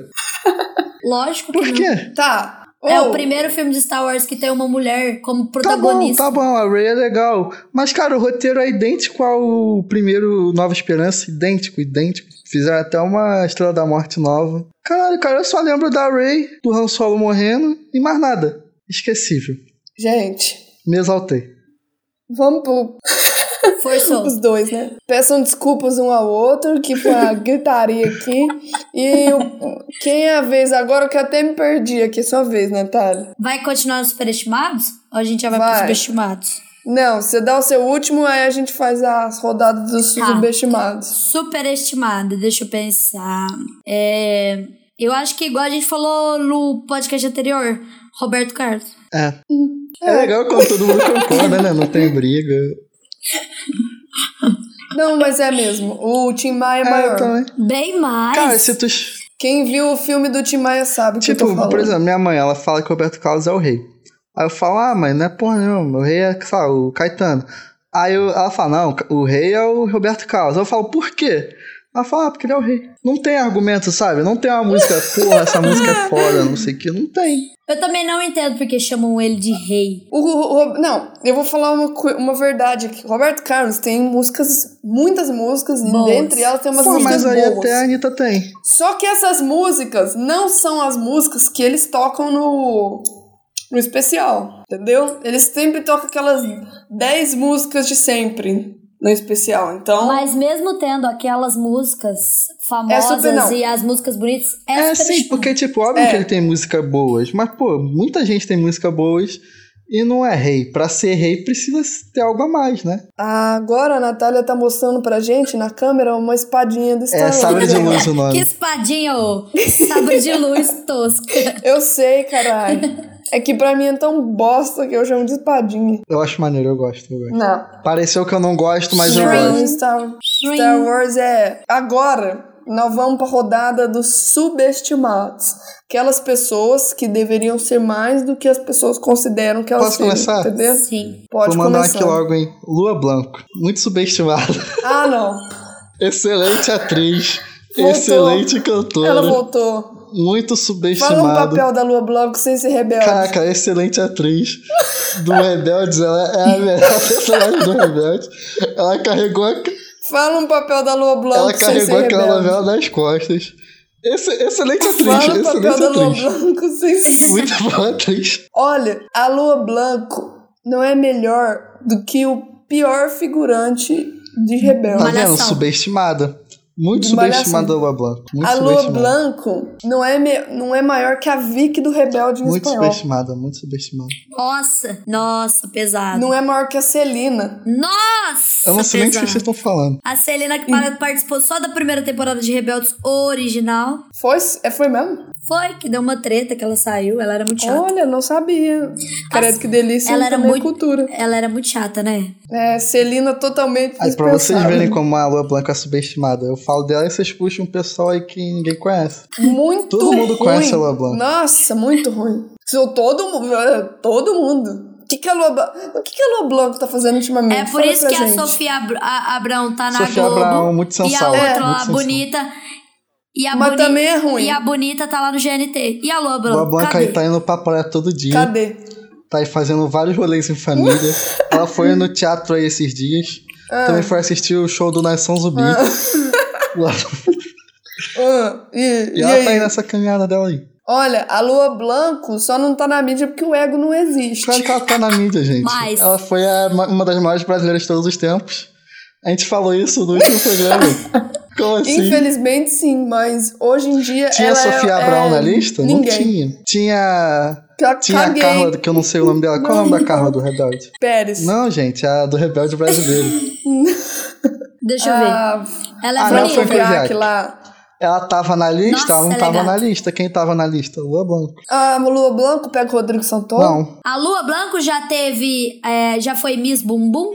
S3: Lógico que
S2: Por
S3: não.
S2: quê?
S1: Tá.
S3: É
S1: Ô,
S3: o primeiro filme de Star Wars que tem uma mulher
S2: Tá
S3: como
S2: bom,
S3: protagonista.
S2: tá bom, a Ray é legal. Mas, cara, o roteiro é idêntico ao primeiro Nova Esperança, idêntico, idêntico. Fizeram até uma Estrela da Morte nova. Caralho, cara, eu só lembro da Ray, do Han Solo morrendo e mais nada. Esquecível.
S1: Gente,
S2: Me exaltei.
S1: vamos pro
S3: Forçou.
S1: Os dois, né? Peçam desculpas um ao outro, que foi a gritaria aqui. E o- quem é a vez agora que eu até me perdi aqui, sua vez, Natália.
S3: Vai continuar nos superestimados? Ou a gente já vai,
S1: Vai.
S3: pros subestimados?
S1: Não, você dá o seu último, aí a gente faz as rodadas dos
S3: Tá.
S1: subestimados.
S3: Superestimada, deixa eu pensar. É, eu acho que igual a gente falou no podcast anterior, Roberto Carlos.
S2: É. É legal quando todo mundo concorda, né? Não tem briga.
S1: Não, mas é mesmo. O Tim Maia é
S2: É,
S1: maior.
S2: eu também.
S3: Bem mais.
S2: Cara, se tu.
S1: Quem viu o filme do Tim Maia sabe o que eu tô
S2: Tipo,
S1: falando.
S2: por exemplo, minha mãe, ela fala que o Roberto Carlos é o rei. Aí eu falo, ah, mãe, não é porra nenhuma, o rei é, sei lá, o Caetano. Aí eu- ela fala, não, o rei é o Roberto Carlos. Aí eu falo, por quê? Ela fala, ah, porque ele é o rei. Não tem argumento, sabe? Não tem uma música, porra, essa música é foda, não sei o que, não tem.
S3: Eu também não entendo porque chamam ele de rei.
S1: O, o- o- não, eu vou falar uma, coi- uma verdade aqui. Roberto Carlos tem músicas, muitas músicas,
S3: Boas.
S1: e dentre elas tem umas
S2: Pô,
S1: músicas
S2: mas aí
S1: boas.
S2: até a Anitta tem.
S1: Só que essas músicas não são as músicas que eles tocam no, no especial, entendeu? Eles sempre tocam aquelas 10 músicas de sempre. no especial. Então,
S3: Mas mesmo tendo aquelas músicas
S1: É
S3: famosas
S1: super não.
S3: e as músicas bonitas, é,
S2: É,
S3: super
S2: sim,
S3: tipo,
S2: porque, tipo, óbvio
S1: É.
S2: que ele tem música boas, mas, pô, muita gente tem música boas e não é rei. Pra ser rei, precisa ter algo a mais, né?
S1: agora a Natália tá mostrando pra gente na câmera uma espadinha do Star
S2: É,
S1: Wars.
S2: sabre de luz o
S3: Que
S2: nome.
S3: espadinha, ô! Sabre de luz tosca.
S1: Eu sei, caralho. É que pra mim é tão bosta que eu chamo de espadinha.
S2: Eu acho maneiro, eu gosto, eu gosto.
S1: Não.
S2: Pareceu que eu não gosto, mas eu
S3: Sim.
S2: gosto.
S1: Não, Star,
S3: Shrim.
S1: Star Wars é. Agora, nós vamos pra rodada dos subestimados. Aquelas pessoas que deveriam ser mais do que as pessoas consideram que elas
S2: Posso
S1: seriam,
S2: começar?
S1: Entendeu?
S3: Sim.
S1: Pode
S2: Vou mandar
S1: começar.
S2: aqui logo, hein? Lua Blanco. Muito subestimada.
S1: Ah, não.
S2: Excelente atriz.
S1: Voltou.
S2: Excelente cantora.
S1: Ela voltou.
S2: Muito
S1: Fala um
S2: subestimada.
S1: papel da Lua Blanco sem ser rebelde.
S2: Caraca, excelente atriz do Rebeldes. Ela é a melhor personagem do Rebeldes. Ela carregou, a-
S1: Fala um papel da Lua Blanco
S2: ela
S1: sem ser
S2: carregou aquela
S1: rebelde.
S2: novela nas costas. Esse, excelente atriz.
S1: Fala o papel
S2: excelente
S1: da Lua
S2: atriz.
S1: Blanco sem ser...
S2: Muito boa atriz.
S1: Olha, a Lua Blanco não é melhor do que o pior figurante de Rebelde.
S2: Tá vendo?
S3: Malhação.
S2: Subestimada. Muito
S1: De Malhação.
S2: subestimada a Lua Blanco. Muito
S1: a Lua
S2: subestimada.
S1: Blanco não é, me- não é maior que a Vicky do Rebelde em
S2: Muito
S1: espanhol.
S2: subestimada, muito subestimada.
S3: Nossa, nossa, pesado.
S1: Não é maior que a Celina. É
S3: Nossa!
S1: um
S2: Eu não sei nem o É que
S3: pesado.
S2: vocês estão falando.
S3: A Selena que par- participou só da primeira temporada de Rebeldes original.
S1: Foi, é, foi mesmo?
S3: Foi que deu uma treta que ela saiu. Ela era muito chata.
S1: Olha, não sabia. Credo que delícia.
S3: ela era
S1: também é
S3: muito-
S1: cultura.
S3: Ela era muito chata, né?
S1: É, Celina totalmente
S2: Aí, pra vocês
S1: dispensável.
S2: verem como a Lua Blanca é subestimada, eu falo dela e vocês puxam um pessoal aí que ninguém conhece.
S1: Muito
S2: Todo mundo
S1: ruim.
S2: conhece a Lua Blanca.
S1: Nossa, muito ruim. Sou todo mundo. Todo mundo. O que, que, a Lua, Bla- o que, que a Lua Blanco tá fazendo ultimamente?
S3: É por
S1: Fala
S3: isso
S1: pra
S3: que
S1: gente.
S3: a Sofia Abra- a- Abrão tá na
S2: Sofia
S3: Globo.
S2: Abrão, muito
S3: e a
S2: sensual,
S1: muito
S3: outra lá,
S2: sensual.
S3: bonita. E a
S1: Mas
S3: boni-
S1: também é ruim.
S3: E a bonita tá lá no GNT. E a Lua Blanca?
S2: Lua Blanca
S3: cadê?
S2: aí tá indo pra praia todo dia,
S1: Cadê?
S2: tá aí fazendo vários rolês em família. Ela foi no teatro aí esses dias. Também foi assistir o show do Nação Zumbi.
S1: Ah, e,
S2: E
S1: e
S2: ela tá aí
S1: aí?
S2: nessa caminhada dela aí.
S1: Olha, a Lua Blanco só não tá na mídia porque o ego não existe.
S2: Claro que ela tá na mídia, gente.
S3: Mas-
S2: Ela foi a- uma das maiores brasileiras de todos os tempos. A gente falou isso no último programa. Como assim?
S1: Infelizmente, sim, mas hoje em dia.
S2: Tinha
S1: ela é-
S2: Sofia Abrão
S1: é
S2: na lista?
S1: Ninguém.
S2: Não tinha. Tinha.
S1: Ca-
S2: Tinha
S1: Caguei.
S2: a Carla, que eu não sei o nome dela. Qual é o nome da Carla do Rebelde?
S1: Pérez.
S2: Não, gente, a do Rebelde Brasileiro.
S3: Deixa eu ver.
S1: Ah,
S3: Ela é
S2: Ah,
S1: Fran
S2: não, foi
S3: bonita.
S2: Kojak.
S1: Kovac lá.
S2: Ela tava na lista?
S3: Nossa,
S2: ela não
S3: ela é
S2: tava
S3: gata.
S2: na lista. Quem tava na lista? Lua Blanco.
S1: Ah, A Lua Blanco pega o Rodrigo Santoro?
S2: Não.
S3: A Lua Blanco já teve. é, já foi Miss Bumbum?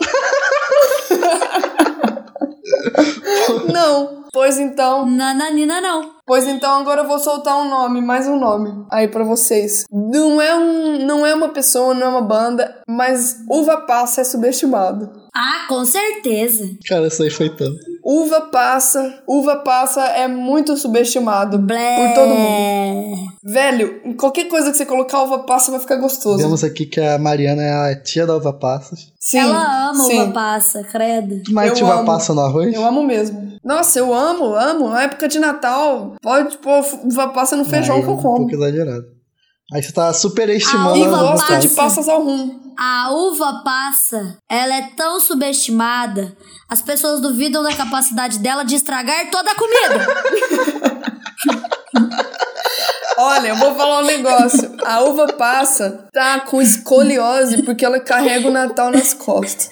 S1: Não. Pois então,
S3: Nananina, não.
S1: pois então agora eu vou soltar um nome, mais um nome aí pra vocês. Não é um, não é uma pessoa, não é uma banda, mas Uva Passa é subestimado.
S3: Ah, com certeza.
S2: Cara, isso aí foi tanto.
S1: Uva Passa, Uva Passa é muito subestimado
S3: Blé.
S1: por todo mundo. Velho, em qualquer coisa que você colocar Uva Passa vai ficar gostoso.
S2: Vemos aqui que a Mariana é a tia da Uva Passas.
S1: Sim.
S3: Ela ama
S1: sim.
S3: uva passa, credo.
S2: Tu mete
S1: Eu
S2: uva
S1: amo.
S2: passa no arroz?
S1: Eu amo mesmo. Nossa, eu amo, amo. Na época de Natal, pode pôr uva passa no feijão
S2: Aí,
S1: que eu
S2: Um
S1: como.
S2: pouco exagerado. Aí você tá superestimando
S3: Ah,
S1: E
S2: a
S3: uva
S2: Uva
S1: gosto
S2: Passa.
S1: de passas ao rum.
S3: A uva passa, ela é tão subestimada, as pessoas duvidam da capacidade dela de estragar toda a comida.
S1: Olha, eu vou falar um negócio. A uva passa tá com escoliose porque ela carrega o Natal nas costas.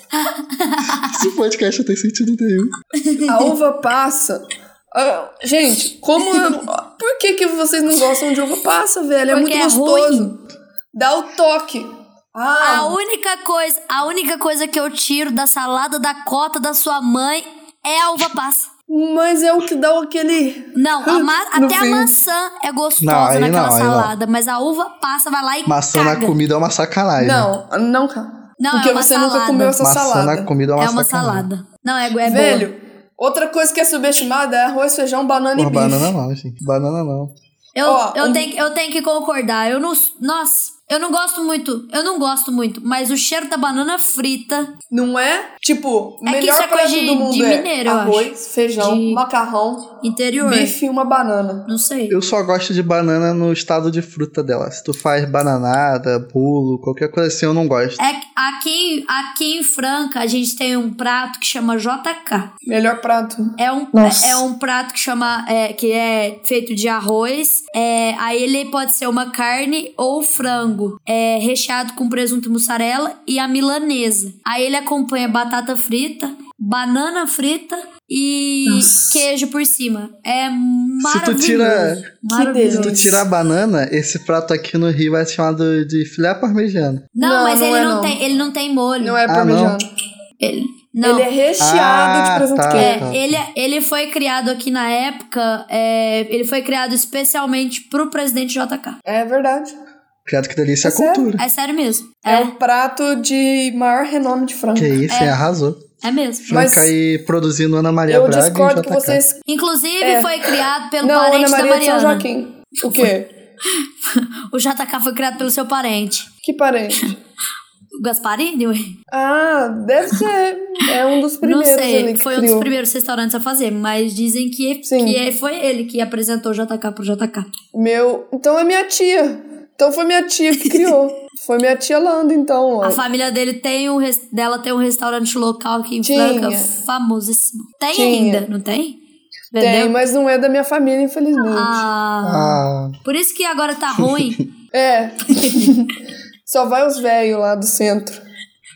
S2: Esse podcast não tem sentido nenhum.
S1: A uva passa. Ah, gente, como. eu- Por que, que vocês não gostam de uva passa, velho? É
S3: Porque
S1: muito
S3: é
S1: gostoso. Dá o toque. Ah,
S3: A única coisa, a única coisa que eu tiro da salada da cota da sua mãe é a uva passa.
S1: mas é o que dá aquele.
S3: Não, a ma-
S1: No
S3: até a
S1: fim.
S3: maçã é gostosa
S2: Não, aí
S3: naquela
S2: não, aí não.
S3: salada, mas a uva passa vai lá e
S2: Maçã
S3: caga.
S2: na comida é uma sacanagem. né?
S1: Não, não, cara.
S3: Não,
S1: Porque
S3: é uma
S1: você nunca
S3: salada.
S1: comeu essa
S2: Maçã
S1: salada.
S2: na comida é uma,
S3: É uma
S2: sacanagem.
S3: salada. Não, é, é boa.
S1: Velho, outra coisa que é subestimada é arroz, feijão, banana
S2: Porra,
S1: e bife.
S2: banana não, gente. Banana não.
S3: Eu,
S1: Ó,
S3: eu,
S1: um-
S3: tenho, que- eu tenho que concordar. Eu não. Nossa, Eu não gosto muito, eu não gosto muito, mas o cheiro da banana frita.
S1: Não é? Tipo,
S3: É que
S1: melhor
S3: isso é
S1: prato
S3: coisa de-
S1: do mundo
S3: de
S1: é
S3: mineiro, eu
S1: arroz, feijão,
S3: De-
S1: macarrão,
S3: Interior.
S1: bife e uma banana.
S3: Não sei.
S2: Eu só gosto de banana no estado de fruta dela. Se tu faz bananada, bolo, qualquer coisa assim, eu não gosto.
S3: É, que aqui, em- aqui em Franca, a gente tem um prato que chama JK.
S1: Melhor prato.
S3: É um,
S1: Nossa.
S3: é um prato que chama. é, que é feito de arroz. É, aí ele pode ser uma carne ou frango. É recheado com presunto e mussarela e a milanesa. Aí ele acompanha batata frita, banana frita e
S1: Nossa.
S3: queijo por cima. É
S2: Se tu
S3: maravilhoso.
S2: tira-
S3: maravilhoso.
S2: Se tu tirar a banana, esse prato aqui no Rio é chamado de filé parmegiano.
S3: Não,
S1: Não,
S3: mas
S1: não
S3: ele,
S1: é,
S3: não
S1: não.
S3: Tem, ele não tem molho.
S1: Não é
S2: Ah,
S1: parmejano.
S3: Ele, não.
S1: Ele é recheado
S2: Ah,
S1: de presunto
S2: tá.
S1: quente.
S3: É, ele, ele foi criado aqui na época, é, ele foi criado especialmente pro presidente JK.
S1: É verdade.
S2: Credo que delícia é
S1: É sério?
S2: cultura.
S3: É sério mesmo.
S1: É
S3: É,
S1: o prato de maior renome de Franca.
S2: Que isso, é. arrasou.
S3: é mesmo.
S1: Mas-
S2: Franca aí produzindo Ana Maria
S1: Eu
S2: Braga
S1: discordo
S2: e JK.
S1: que vocês.
S3: Inclusive,
S1: É.
S3: foi criado pelo
S1: Não, Ana
S3: um parente da
S1: Maria de São
S3: Mariana.
S1: Joaquim. O quê?
S3: O JK foi criado pelo seu parente.
S1: Que parente?
S3: O Gasparini? ué?
S1: Ah, deve ser. É um dos
S3: Não
S1: primeiros ali
S3: sei,
S1: que
S3: foi um
S1: criou.
S3: dos primeiros restaurantes a fazer, mas dizem que,
S1: Sim.
S3: que é- foi ele que apresentou o JK pro JK.
S1: Meu. Então é minha tia. Então foi minha tia que criou. foi minha tia Landa, então. ó.
S3: A família dele tem um, res- dela tem um restaurante local aqui em
S1: Tinha.
S3: Franca, famosíssimo. Tem
S1: Tinha.
S3: ainda, não tem?
S1: Tem, mas não é da minha família, infelizmente.
S3: Ah,
S2: Ah,
S3: Por isso que agora tá ruim.
S1: É. Só vai os velhos lá do centro.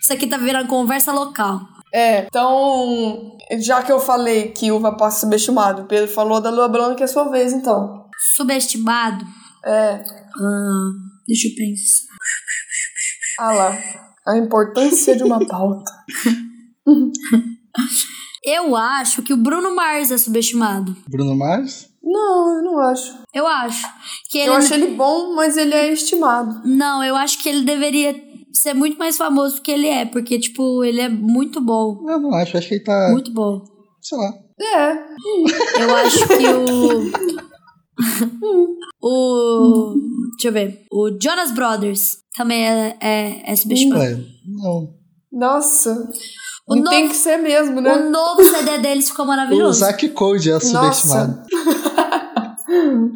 S3: Isso aqui tá virando conversa local.
S1: É, então, já que eu falei que uva passa subestimado, o Pedro falou da lua branca, é sua vez, então.
S3: Subestimado.
S1: É,
S3: Ah, deixa eu pensar.
S1: ah lá, a importância de uma pauta.
S3: Eu acho que o Bruno Mars é subestimado.
S2: Bruno Mars?
S1: Não, eu não acho.
S3: Eu acho. Que ele.
S1: Eu acho ele bom, mas ele é estimado.
S3: Não, eu acho que ele deveria ser muito mais famoso do que ele é. Porque, tipo, ele é muito bom.
S2: Eu não acho, acho que ele tá,
S3: Muito bom.
S2: sei lá.
S1: É,
S3: Eu acho que o. o. Deixa eu ver. O Jonas Brothers também é, é, é subestimado.
S2: Ué, não.
S1: nossa.
S3: O
S1: e
S3: novo-
S1: Hum, tem que ser mesmo, né?
S3: O novo CD deles ficou
S2: O
S3: maravilhoso.
S2: Zack Code é subestimado.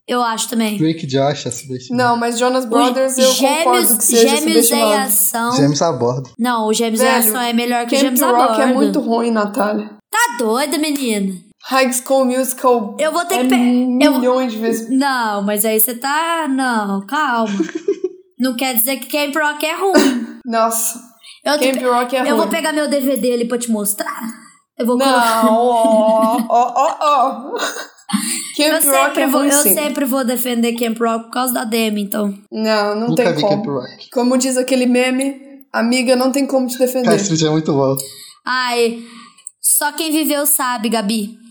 S3: Eu acho também.
S2: Drake Josh é subestimado.
S1: Não, mas Jonas Brothers eu
S3: Os gêmeos,
S1: concordo que seja
S3: gêmeos é em
S1: subestimado.
S3: ação.
S2: James tá a bordo.
S3: Não, o Gêmeos em
S1: Velho,
S3: ação é melhor que o
S1: Camp
S3: Gêmeos a
S1: Rock
S3: bordo.
S1: é muito ruim, Natália.
S3: Tá doida, menina?
S1: High School Musical
S3: Eu vou ter
S1: é
S3: que. pe- Eu...
S1: milhões de vezes.
S3: Não, mas aí você tá. Não, calma. Não quer dizer que Camp Rock é ruim.
S1: Nossa,
S3: Eu, te-
S1: Camp Rock é ruim.
S3: eu vou pegar meu DVD ali pra te mostrar. Eu vou colocar.
S1: Não, ó, ó, ó, ó. Camp Rock
S3: Eu sempre,
S1: é
S3: vou,
S1: ruim,
S3: eu
S1: sim.
S3: sempre vou defender Camp Rock por causa da Demi, então.
S1: Não, não
S2: Nunca
S1: tem
S2: vi
S1: como.
S2: Camp Rock.
S1: Como diz aquele meme, amiga, não tem como te defender.
S2: Castro é muito bom.
S3: Ai, só quem viveu sabe, Gabi.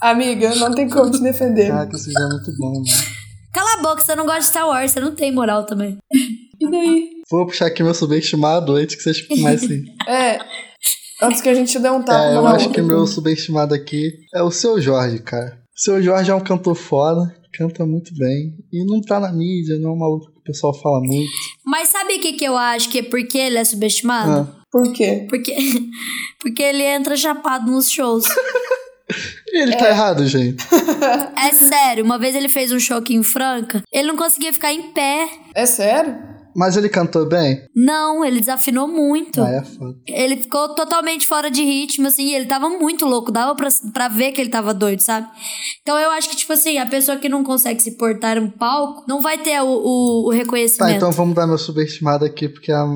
S1: Amiga, não tem como te defender.
S2: Caraca, esse é muito bom. Mano.
S3: Cala a boca, você não gosta de Star Wars, você não tem moral também.
S1: E daí?
S2: Vou puxar aqui meu subestimado antes que vocês comecem.
S1: É. Antes que a gente dê um tapa
S2: É, eu
S1: na
S2: acho
S1: outra.
S2: que meu subestimado aqui é o seu Jorge, cara. O seu Jorge é um cantor foda, canta muito bem. E não tá na mídia, não é um maluco que o pessoal fala muito.
S3: Mas sabe o que, que eu acho que é porque ele é subestimado?
S2: Ah,
S1: Por quê?
S3: Porque, porque ele entra chapado nos shows.
S2: ele tá errado, gente.
S3: É sério, uma vez ele fez um show aqui em Franca, ele não conseguia ficar em pé.
S1: É sério?
S2: Mas ele cantou bem?
S3: Não, ele desafinou muito.
S2: Ah, é foda.
S3: Ele ficou totalmente fora de ritmo, assim, e ele tava muito louco, dava pra, pra ver que ele tava doido, sabe? Então eu acho que, tipo assim, a pessoa que não consegue se portar em um palco não vai ter o, o, o
S2: Tá,
S3: reconhecimento.
S2: então vamos dar meu subestimado aqui, porque a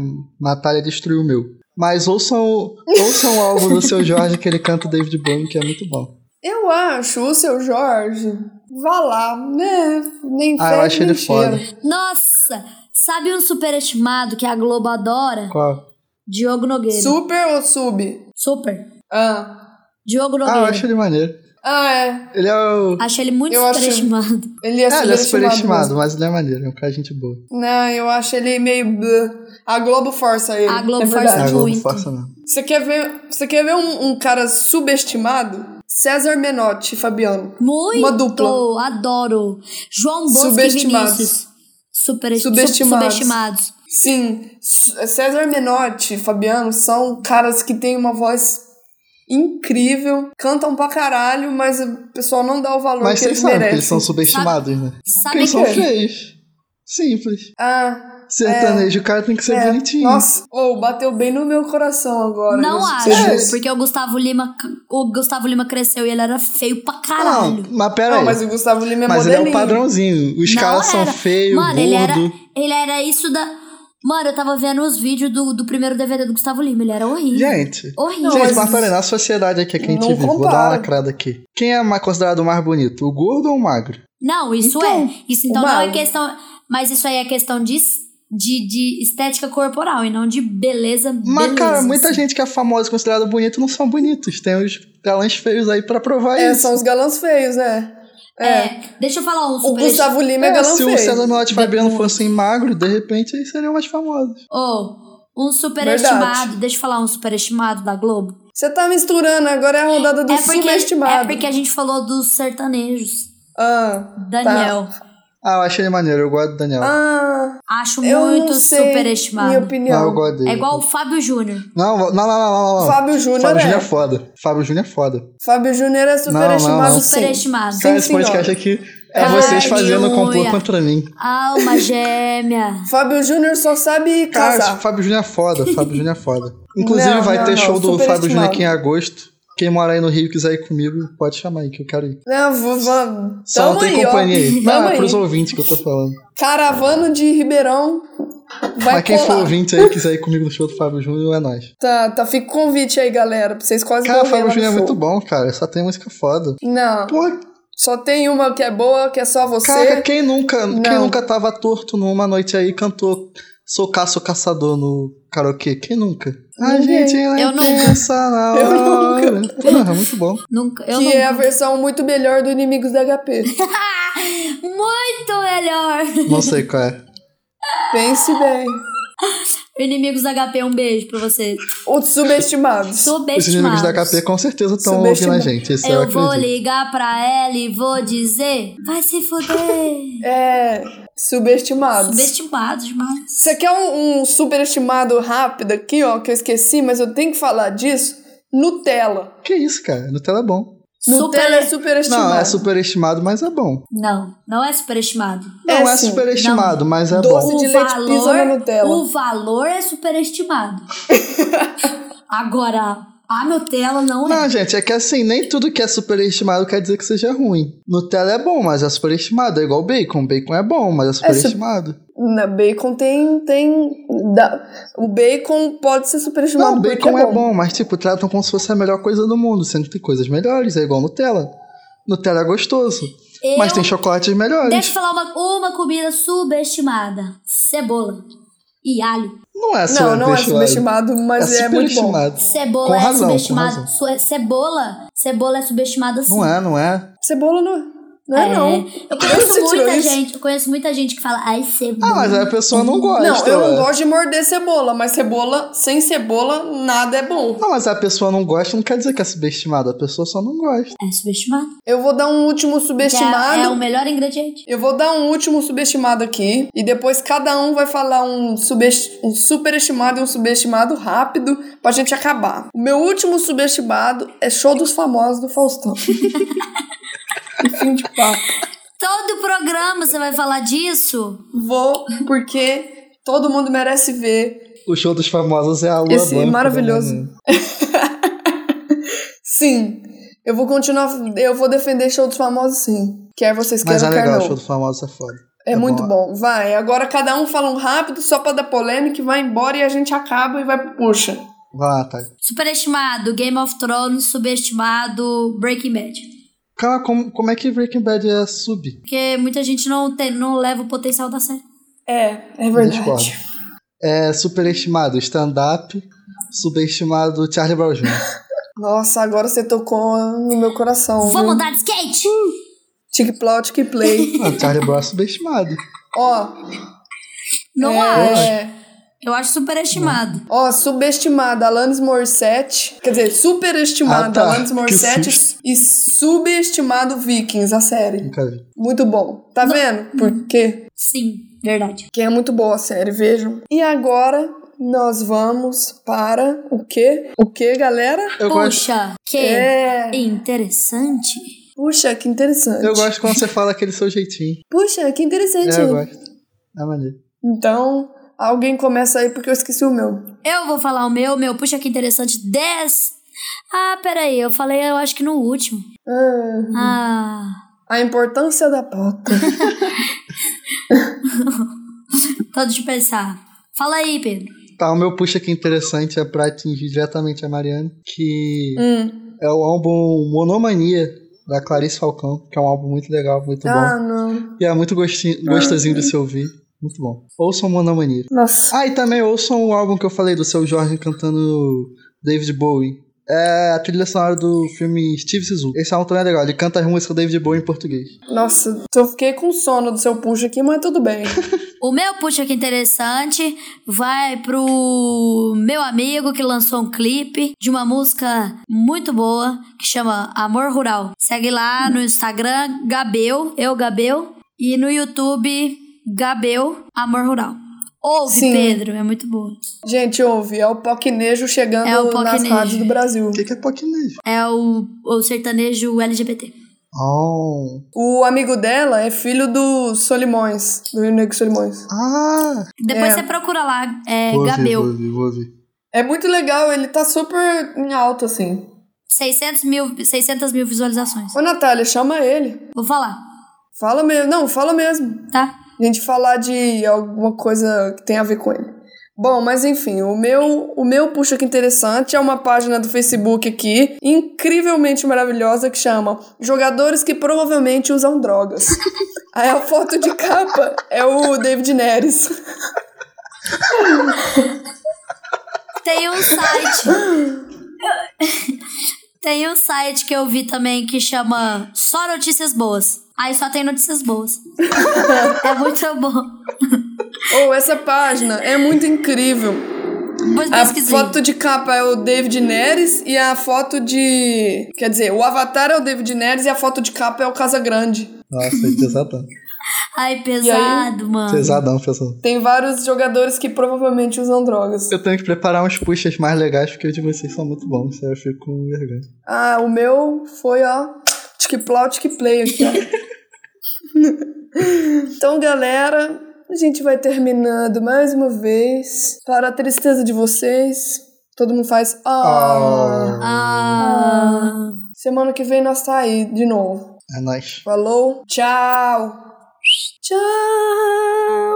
S2: Natália destruiu o meu. Mas ouçam, ouçam o álbum do seu Jorge que ele canta o David Bowie, que é muito bom.
S1: Eu acho o seu Jorge. Vá lá, né? Nem
S2: Ah, eu
S1: fede,
S2: acho
S1: nem
S2: ele
S1: cheira.
S3: Nossa! Sabe um superestimado que a Globo adora?
S2: Qual?
S3: Diogo Nogueira.
S1: Super ou sub?
S3: Super.
S1: Ah.
S3: Diogo
S2: Ah,
S3: Nogueira.
S2: eu acho ele maneiro.
S1: Ah, é.
S2: Ele é o.
S3: Acho ele muito
S1: Eu acho-
S3: superestimado.
S1: Ele é,
S2: É, ele é
S1: mesmo.
S2: superestimado, mas ele é maneiro, é um cara gente boa.
S1: Não, eu acho ele meio. bleh. A Globo força ele.
S3: A Globo
S1: é
S3: força.
S1: verdade.
S2: Ah, Globo
S3: muito.
S2: Força não.
S1: Você quer ver, você quer ver um, um cara subestimado? César Menotti e Fabiano.
S3: Muito!
S1: Uma dupla.
S3: Adoro! João Bosco e
S1: Subestimados.
S3: Vinícius.
S1: Subestimados.
S3: super, subestimados. subestimados.
S1: Sim, S- César Menotti e Fabiano são caras que têm uma voz incrível, cantam pra caralho, mas o pessoal não dá o valor que
S2: Mas vocês
S1: eles
S2: sabem que
S1: merecem.
S2: eles são subestimados, né? Porque
S3: Sabe
S2: eles são
S1: que-
S2: feios. Simples.
S1: Ah,
S2: Sertanejo, o cara tem que ser
S1: é.
S2: bonitinho.
S1: Nossa, ou bateu bem no meu coração agora.
S3: Não
S1: Isso-
S3: acho,
S2: vocês-
S3: porque o Gustavo Lima, o Gustavo Lima cresceu e ele era feio pra caralho.
S2: não, mas pera
S1: Não,
S2: aí.
S1: mas o Gustavo Lima é
S2: Mas ele é
S1: modelinho.
S2: o padrãozinho. Os
S3: Não
S2: caras são
S3: era.
S2: feios,
S3: Mano, ele era,
S2: gordo.
S3: ele era isso da. Mano, eu tava vendo os vídeos do, do primeiro DVD do Gustavo Lima, ele era horrível.
S2: Gente,
S3: horrível.
S2: gente,
S1: mas-
S2: Marta, na sociedade aqui que a gente
S1: Não
S2: vive, vou
S1: compara.
S2: dar uma lacrada aqui. Quem é mais considerado o mais bonito, o gordo ou o magro?
S3: Não, isso
S1: Então,
S3: é. Isso então não
S1: Mauro.
S3: é questão. Mas isso aí é questão de, es- de, de estética corporal e não de beleza.
S2: Mas,
S3: beleza,
S2: cara, muita
S3: assim.
S2: gente que é famosa e considerada bonita não são bonitos. Tem os galãs feios aí pra provar
S1: É,
S2: isso.
S1: são os galãs feios, né?
S3: É, deixa eu falar um
S1: O
S3: super.
S1: Gustavo Lima é
S2: É,
S1: galã
S2: se o César
S1: feio.
S2: Menotti e Fabiano fossem magros, de repente eles seriam mais famosos.
S3: Oh, um superestimado.
S1: Verdade.
S3: Deixa eu falar um superestimado da Globo.
S1: Você tá misturando, agora é a rodada do
S3: é, porque, é
S1: subestimado.
S3: porque a gente falou dos sertanejos.
S1: Ah,
S3: Daniel.
S2: Ah, eu achei ele maneiro, eu gosto do Daniel.
S1: ah,
S3: Acho
S1: eu
S3: muito
S1: não sei. Minha
S3: superestimado.
S2: não, Ah, eu
S1: opinião.
S2: gosto dele.
S3: É igual o Fábio Júnior.
S2: Não, não, não, não, não, não.
S1: Fábio Júnior
S2: Fábio Júnior é
S1: é.
S2: foda. Fábio Júnior é foda.
S1: Fábio Júnior é
S2: Não,
S1: superestimado,
S2: não.
S1: sim.
S3: Superestimado.
S1: Sim,
S2: Cara, esse podcast
S1: senhora.
S2: aqui é
S3: Caralho.
S2: vocês fazendo complô contra mim.
S3: Alma gêmea.
S1: Fábio Júnior só sabe
S2: Cara,
S1: casar.
S2: esse Fábio Júnior é foda, Fábio Júnior é foda. Inclusive
S1: Não,
S2: vai
S1: não,
S2: ter
S1: não,
S2: show do
S1: super
S2: Fábio Júnior
S1: estimado.
S2: aqui em agosto. Quem mora aí no Rio e quiser ir comigo, pode chamar aí que eu quero ir.
S1: Não, Né, vou, vou,
S2: Só
S1: tamo
S2: não tem
S1: aí,
S2: companhia
S1: ó.
S2: aí.
S1: Tamo
S2: Não, é
S1: aí.
S2: pros ouvintes que eu tô falando.
S1: Caravana de Ribeirão vai
S2: Mas quem
S1: colar.
S2: for ouvinte aí e quiser ir comigo no show do Fábio Júnior, é nóis.
S1: Tá, tá, fica o convite aí, galera, pra vocês quase
S2: Cara, o
S1: morrerem lá
S2: Fábio
S1: no
S2: Júnior é
S1: show.
S2: muito bom, cara. Só tem música foda.
S1: Não,
S2: Pô,
S1: só tem uma que é boa, que é só você.
S2: cara, quem nunca, quem
S1: Não.
S2: nunca tava torto numa noite aí e cantou Sou Caço Caçador no karaokê? Quem nunca? A
S1: Ninguém.
S2: gente lá
S3: Eu nunca.
S2: pensa na
S1: Eu
S2: hora. Eu nunca. Porra, é muito bom.
S3: Nunca. Eu
S1: que
S3: não.
S1: é a versão muito melhor do Inimigos da HP.
S3: Muito melhor.
S2: Não sei qual é.
S1: Pense bem.
S3: Inimigos da HP, um beijo pra vocês.
S1: Os subestimados.
S2: Os inimigos
S3: Subestimados.
S2: da HP com certeza estão ouvindo a
S1: Subestimados.
S2: gente. Isso eu,
S3: É, Eu
S2: acredito.
S3: vou ligar pra ela e vou dizer. Vai se fuder.
S1: É. Subestimados.
S3: Subestimados demais.
S1: Você quer um, um superestimado rápido aqui, ó, que eu esqueci, mas eu tenho que falar disso? Nutella.
S2: Que isso, cara? Nutella é bom.
S1: Nutella é
S3: Super.
S1: superestimado.
S2: Não, é superestimado, mas é bom.
S3: Não, não é superestimado.
S2: Não é,
S1: sim.
S2: superestimado, mas é
S1: Doce
S2: bom.
S1: de leite pisa na Nutella.
S3: O valor é superestimado. Agora, a Nutella não é.
S2: Não, gente, é que assim, nem tudo que é superestimado quer dizer que seja ruim. Nutella é bom, mas é superestimado. É igual bacon. Bacon é bom, mas é superestimado.
S1: Na bacon tem. tem dá- o bacon pode ser superestimado.
S2: Não,
S1: porque
S2: bacon é
S1: bom.
S2: bom, mas tipo, tratam como se fosse a melhor coisa do mundo, sendo que tem coisas melhores. É igual Nutella. Nutella é gostoso,
S3: Eu-
S2: mas tem chocolates melhores.
S3: Deixa eu falar uma, uma comida subestimada: cebola e alho.
S2: Não é
S1: Não, não é subestimado, mas é,
S2: É
S1: muito bom.
S2: superestimado. Com
S3: Cebola
S2: razão, com
S3: é subestimada.
S2: razão.
S3: Su- Cebola? Cebola é subestimada sim.
S2: Não é, não é.
S1: Cebola não, não é, não.
S3: Eu
S1: Você
S3: conheço
S1: tirou
S3: muita
S1: isso?
S3: gente, eu conheço muita gente que fala, ai, cebola.
S2: Ah, mas a pessoa não gosta.
S1: Não, eu não
S2: ué.
S1: gosto de morder cebola, mas cebola, sem cebola, nada é bom.
S2: Não, Ah, mas a pessoa não gosta não quer dizer que é subestimada. A pessoa só não gosta.
S3: É subestimado.
S1: Eu vou dar um último
S3: É, é o
S1: subestimado.
S3: melhor ingrediente.
S1: Eu vou dar um último subestimado aqui. E depois cada um vai falar um, subest... um superestimado e um subestimado rápido pra gente acabar. O meu último subestimado é show dos famosos do Faustão. Fim de papo.
S3: Todo programa você vai falar disso?
S1: Vou, porque todo mundo merece ver.
S2: O show dos famosos é a lua
S1: Esse
S2: Blanca,
S1: maravilhoso.
S2: né?
S1: Sim. Eu vou continuar. Eu vou defender show dos famosos, sim. Quer vocês
S2: Mas é
S1: queiram, quer
S2: legal, o
S1: não.
S2: show dos famosos é foda.
S1: É
S2: Tá
S1: muito
S2: bom.
S1: bom. Vai, agora cada um fala um rápido só pra dar polêmica e vai embora e a gente acaba e vai pro puxa.
S2: Vai lá, tá.
S3: Superestimado, Game of Thrones, subestimado, Breaking Bad.
S2: Cara, como, como é que Breaking Bad é sub?
S3: Porque muita gente não, tem, não leva o potencial da série.
S1: É, é verdade.
S2: Discordo. É superestimado stand-up, subestimado Charlie Brown Jr.
S1: Nossa, agora você tocou no meu coração.
S3: Vamos andar de skate?
S1: Tic plau, tic play.
S2: Não, Charlie Brown é subestimado.
S1: Ó,
S3: Não acho.
S1: é,
S3: Eu acho superestimado.
S1: ó, subestimada Alanis Morissette. Quer dizer, superestimada
S2: Ah, tá.
S1: Alanis
S2: Que
S1: Morissette e subestimado Vikings, a série.
S2: Nunca vi.
S1: Muito bom. Tá vendo? Por quê?
S3: Sim. Verdade.
S1: Que é muito boa a série, vejam. E agora nós vamos para o quê? O quê, galera?
S2: Eu gosto,
S3: Puxa, que
S1: É.
S3: interessante.
S1: Puxa, que interessante.
S2: eu gosto quando você fala aquele seu jeitinho.
S1: Puxa, que interessante.
S2: É, eu gosto. É maneiro.
S1: Então, alguém começa aí porque eu esqueci o meu.
S3: Eu vou falar o meu, meu, puxa que interessante. 10. Ah, peraí, eu falei, eu acho que no último.
S1: Ah,
S3: Ah,
S1: a importância da pauta.
S3: tô de pensar. Fala aí, Pedro.
S2: Tá, o meu puxa que interessante é pra atingir diretamente a Mariane, que
S1: Hum.
S2: é o álbum Monomania, da Clarice Falcão, que é um álbum muito legal, muito
S1: Ah,
S2: bom.
S1: não.
S2: E é muito gosti- gostosinho de se ouvir. Muito bom. Ouçam Monomania.
S1: Nossa.
S2: Ah, e também ouçam o álbum que eu falei do seu Jorge cantando David Bowie. É a trilha sonora do filme Steve Zissou. Esse álbum também é legal. Ele canta as músicas do David Bowie em português.
S1: Nossa, eu fiquei com sono do seu puxa aqui, mas tudo bem.
S3: O meu puxa que interessante vai pro meu amigo que lançou um clipe de uma música muito boa que chama Amor Rural. Segue lá no Instagram Gabel, eu Gabel, e no YouTube Gabel Amor Rural. Ouve,
S1: Sim.
S3: Pedro, é muito boa.
S1: Gente, ouve, é o Poquinejo chegando
S3: É o
S1: nas
S3: Poquinejo.
S1: rádios do Brasil.
S2: O que que é poquinejo?
S3: É o, o sertanejo LGBT.
S2: Oh.
S1: O amigo dela é filho do Solimões, do Rio Negro Solimões.
S2: Ah!
S3: Depois
S1: É.
S3: você procura lá, é
S2: Vou ouvir,
S3: Gabel.
S2: Vou ouvir, vou ouvir.
S1: É muito legal, ele tá super em alto, assim.
S3: 600 mil, 600 mil visualizações.
S1: Ô, Natália, chama ele.
S3: Vou falar,
S1: Fala mesmo. Não, fala mesmo.
S3: tá?
S1: A gente falar de alguma coisa que tem a ver com ele. Bom, mas enfim, o meu, o meu puxa que interessante é uma página do Facebook aqui, incrivelmente maravilhosa, que chama Jogadores que provavelmente usam drogas. Aí a foto de capa é o David Neres.
S3: Tem um site. tem um site que eu vi também que chama Só Notícias Boas. Aí só tem notícias boas. é muito bom.
S1: Ou Oh, essa página é muito incrível.
S3: Depois
S1: A
S3: pesquisei.
S1: foto de capa é o David Neres e a foto de. Quer dizer, o avatar é o David Neres e a foto de capa é o Casa Grande.
S2: Nossa, é pesadão.
S3: Ai, pesado, mano.
S2: pesadão, pessoal.
S1: Tem vários jogadores que provavelmente usam drogas.
S2: Eu tenho que preparar uns puxas mais legais, porque os de vocês são muito bons. sério, Eu fico com vergonha.
S1: Ah, o meu foi, ó. Tic plau, tic play aqui, ó. então, galera, a gente vai terminando mais uma vez. Para a tristeza de vocês, todo mundo faz. Ah.
S3: Oh.
S2: Ah,
S3: Ah,
S1: Semana que vem nós tá aí de novo.
S2: é nóis.
S1: Falou, tchau! Tchau!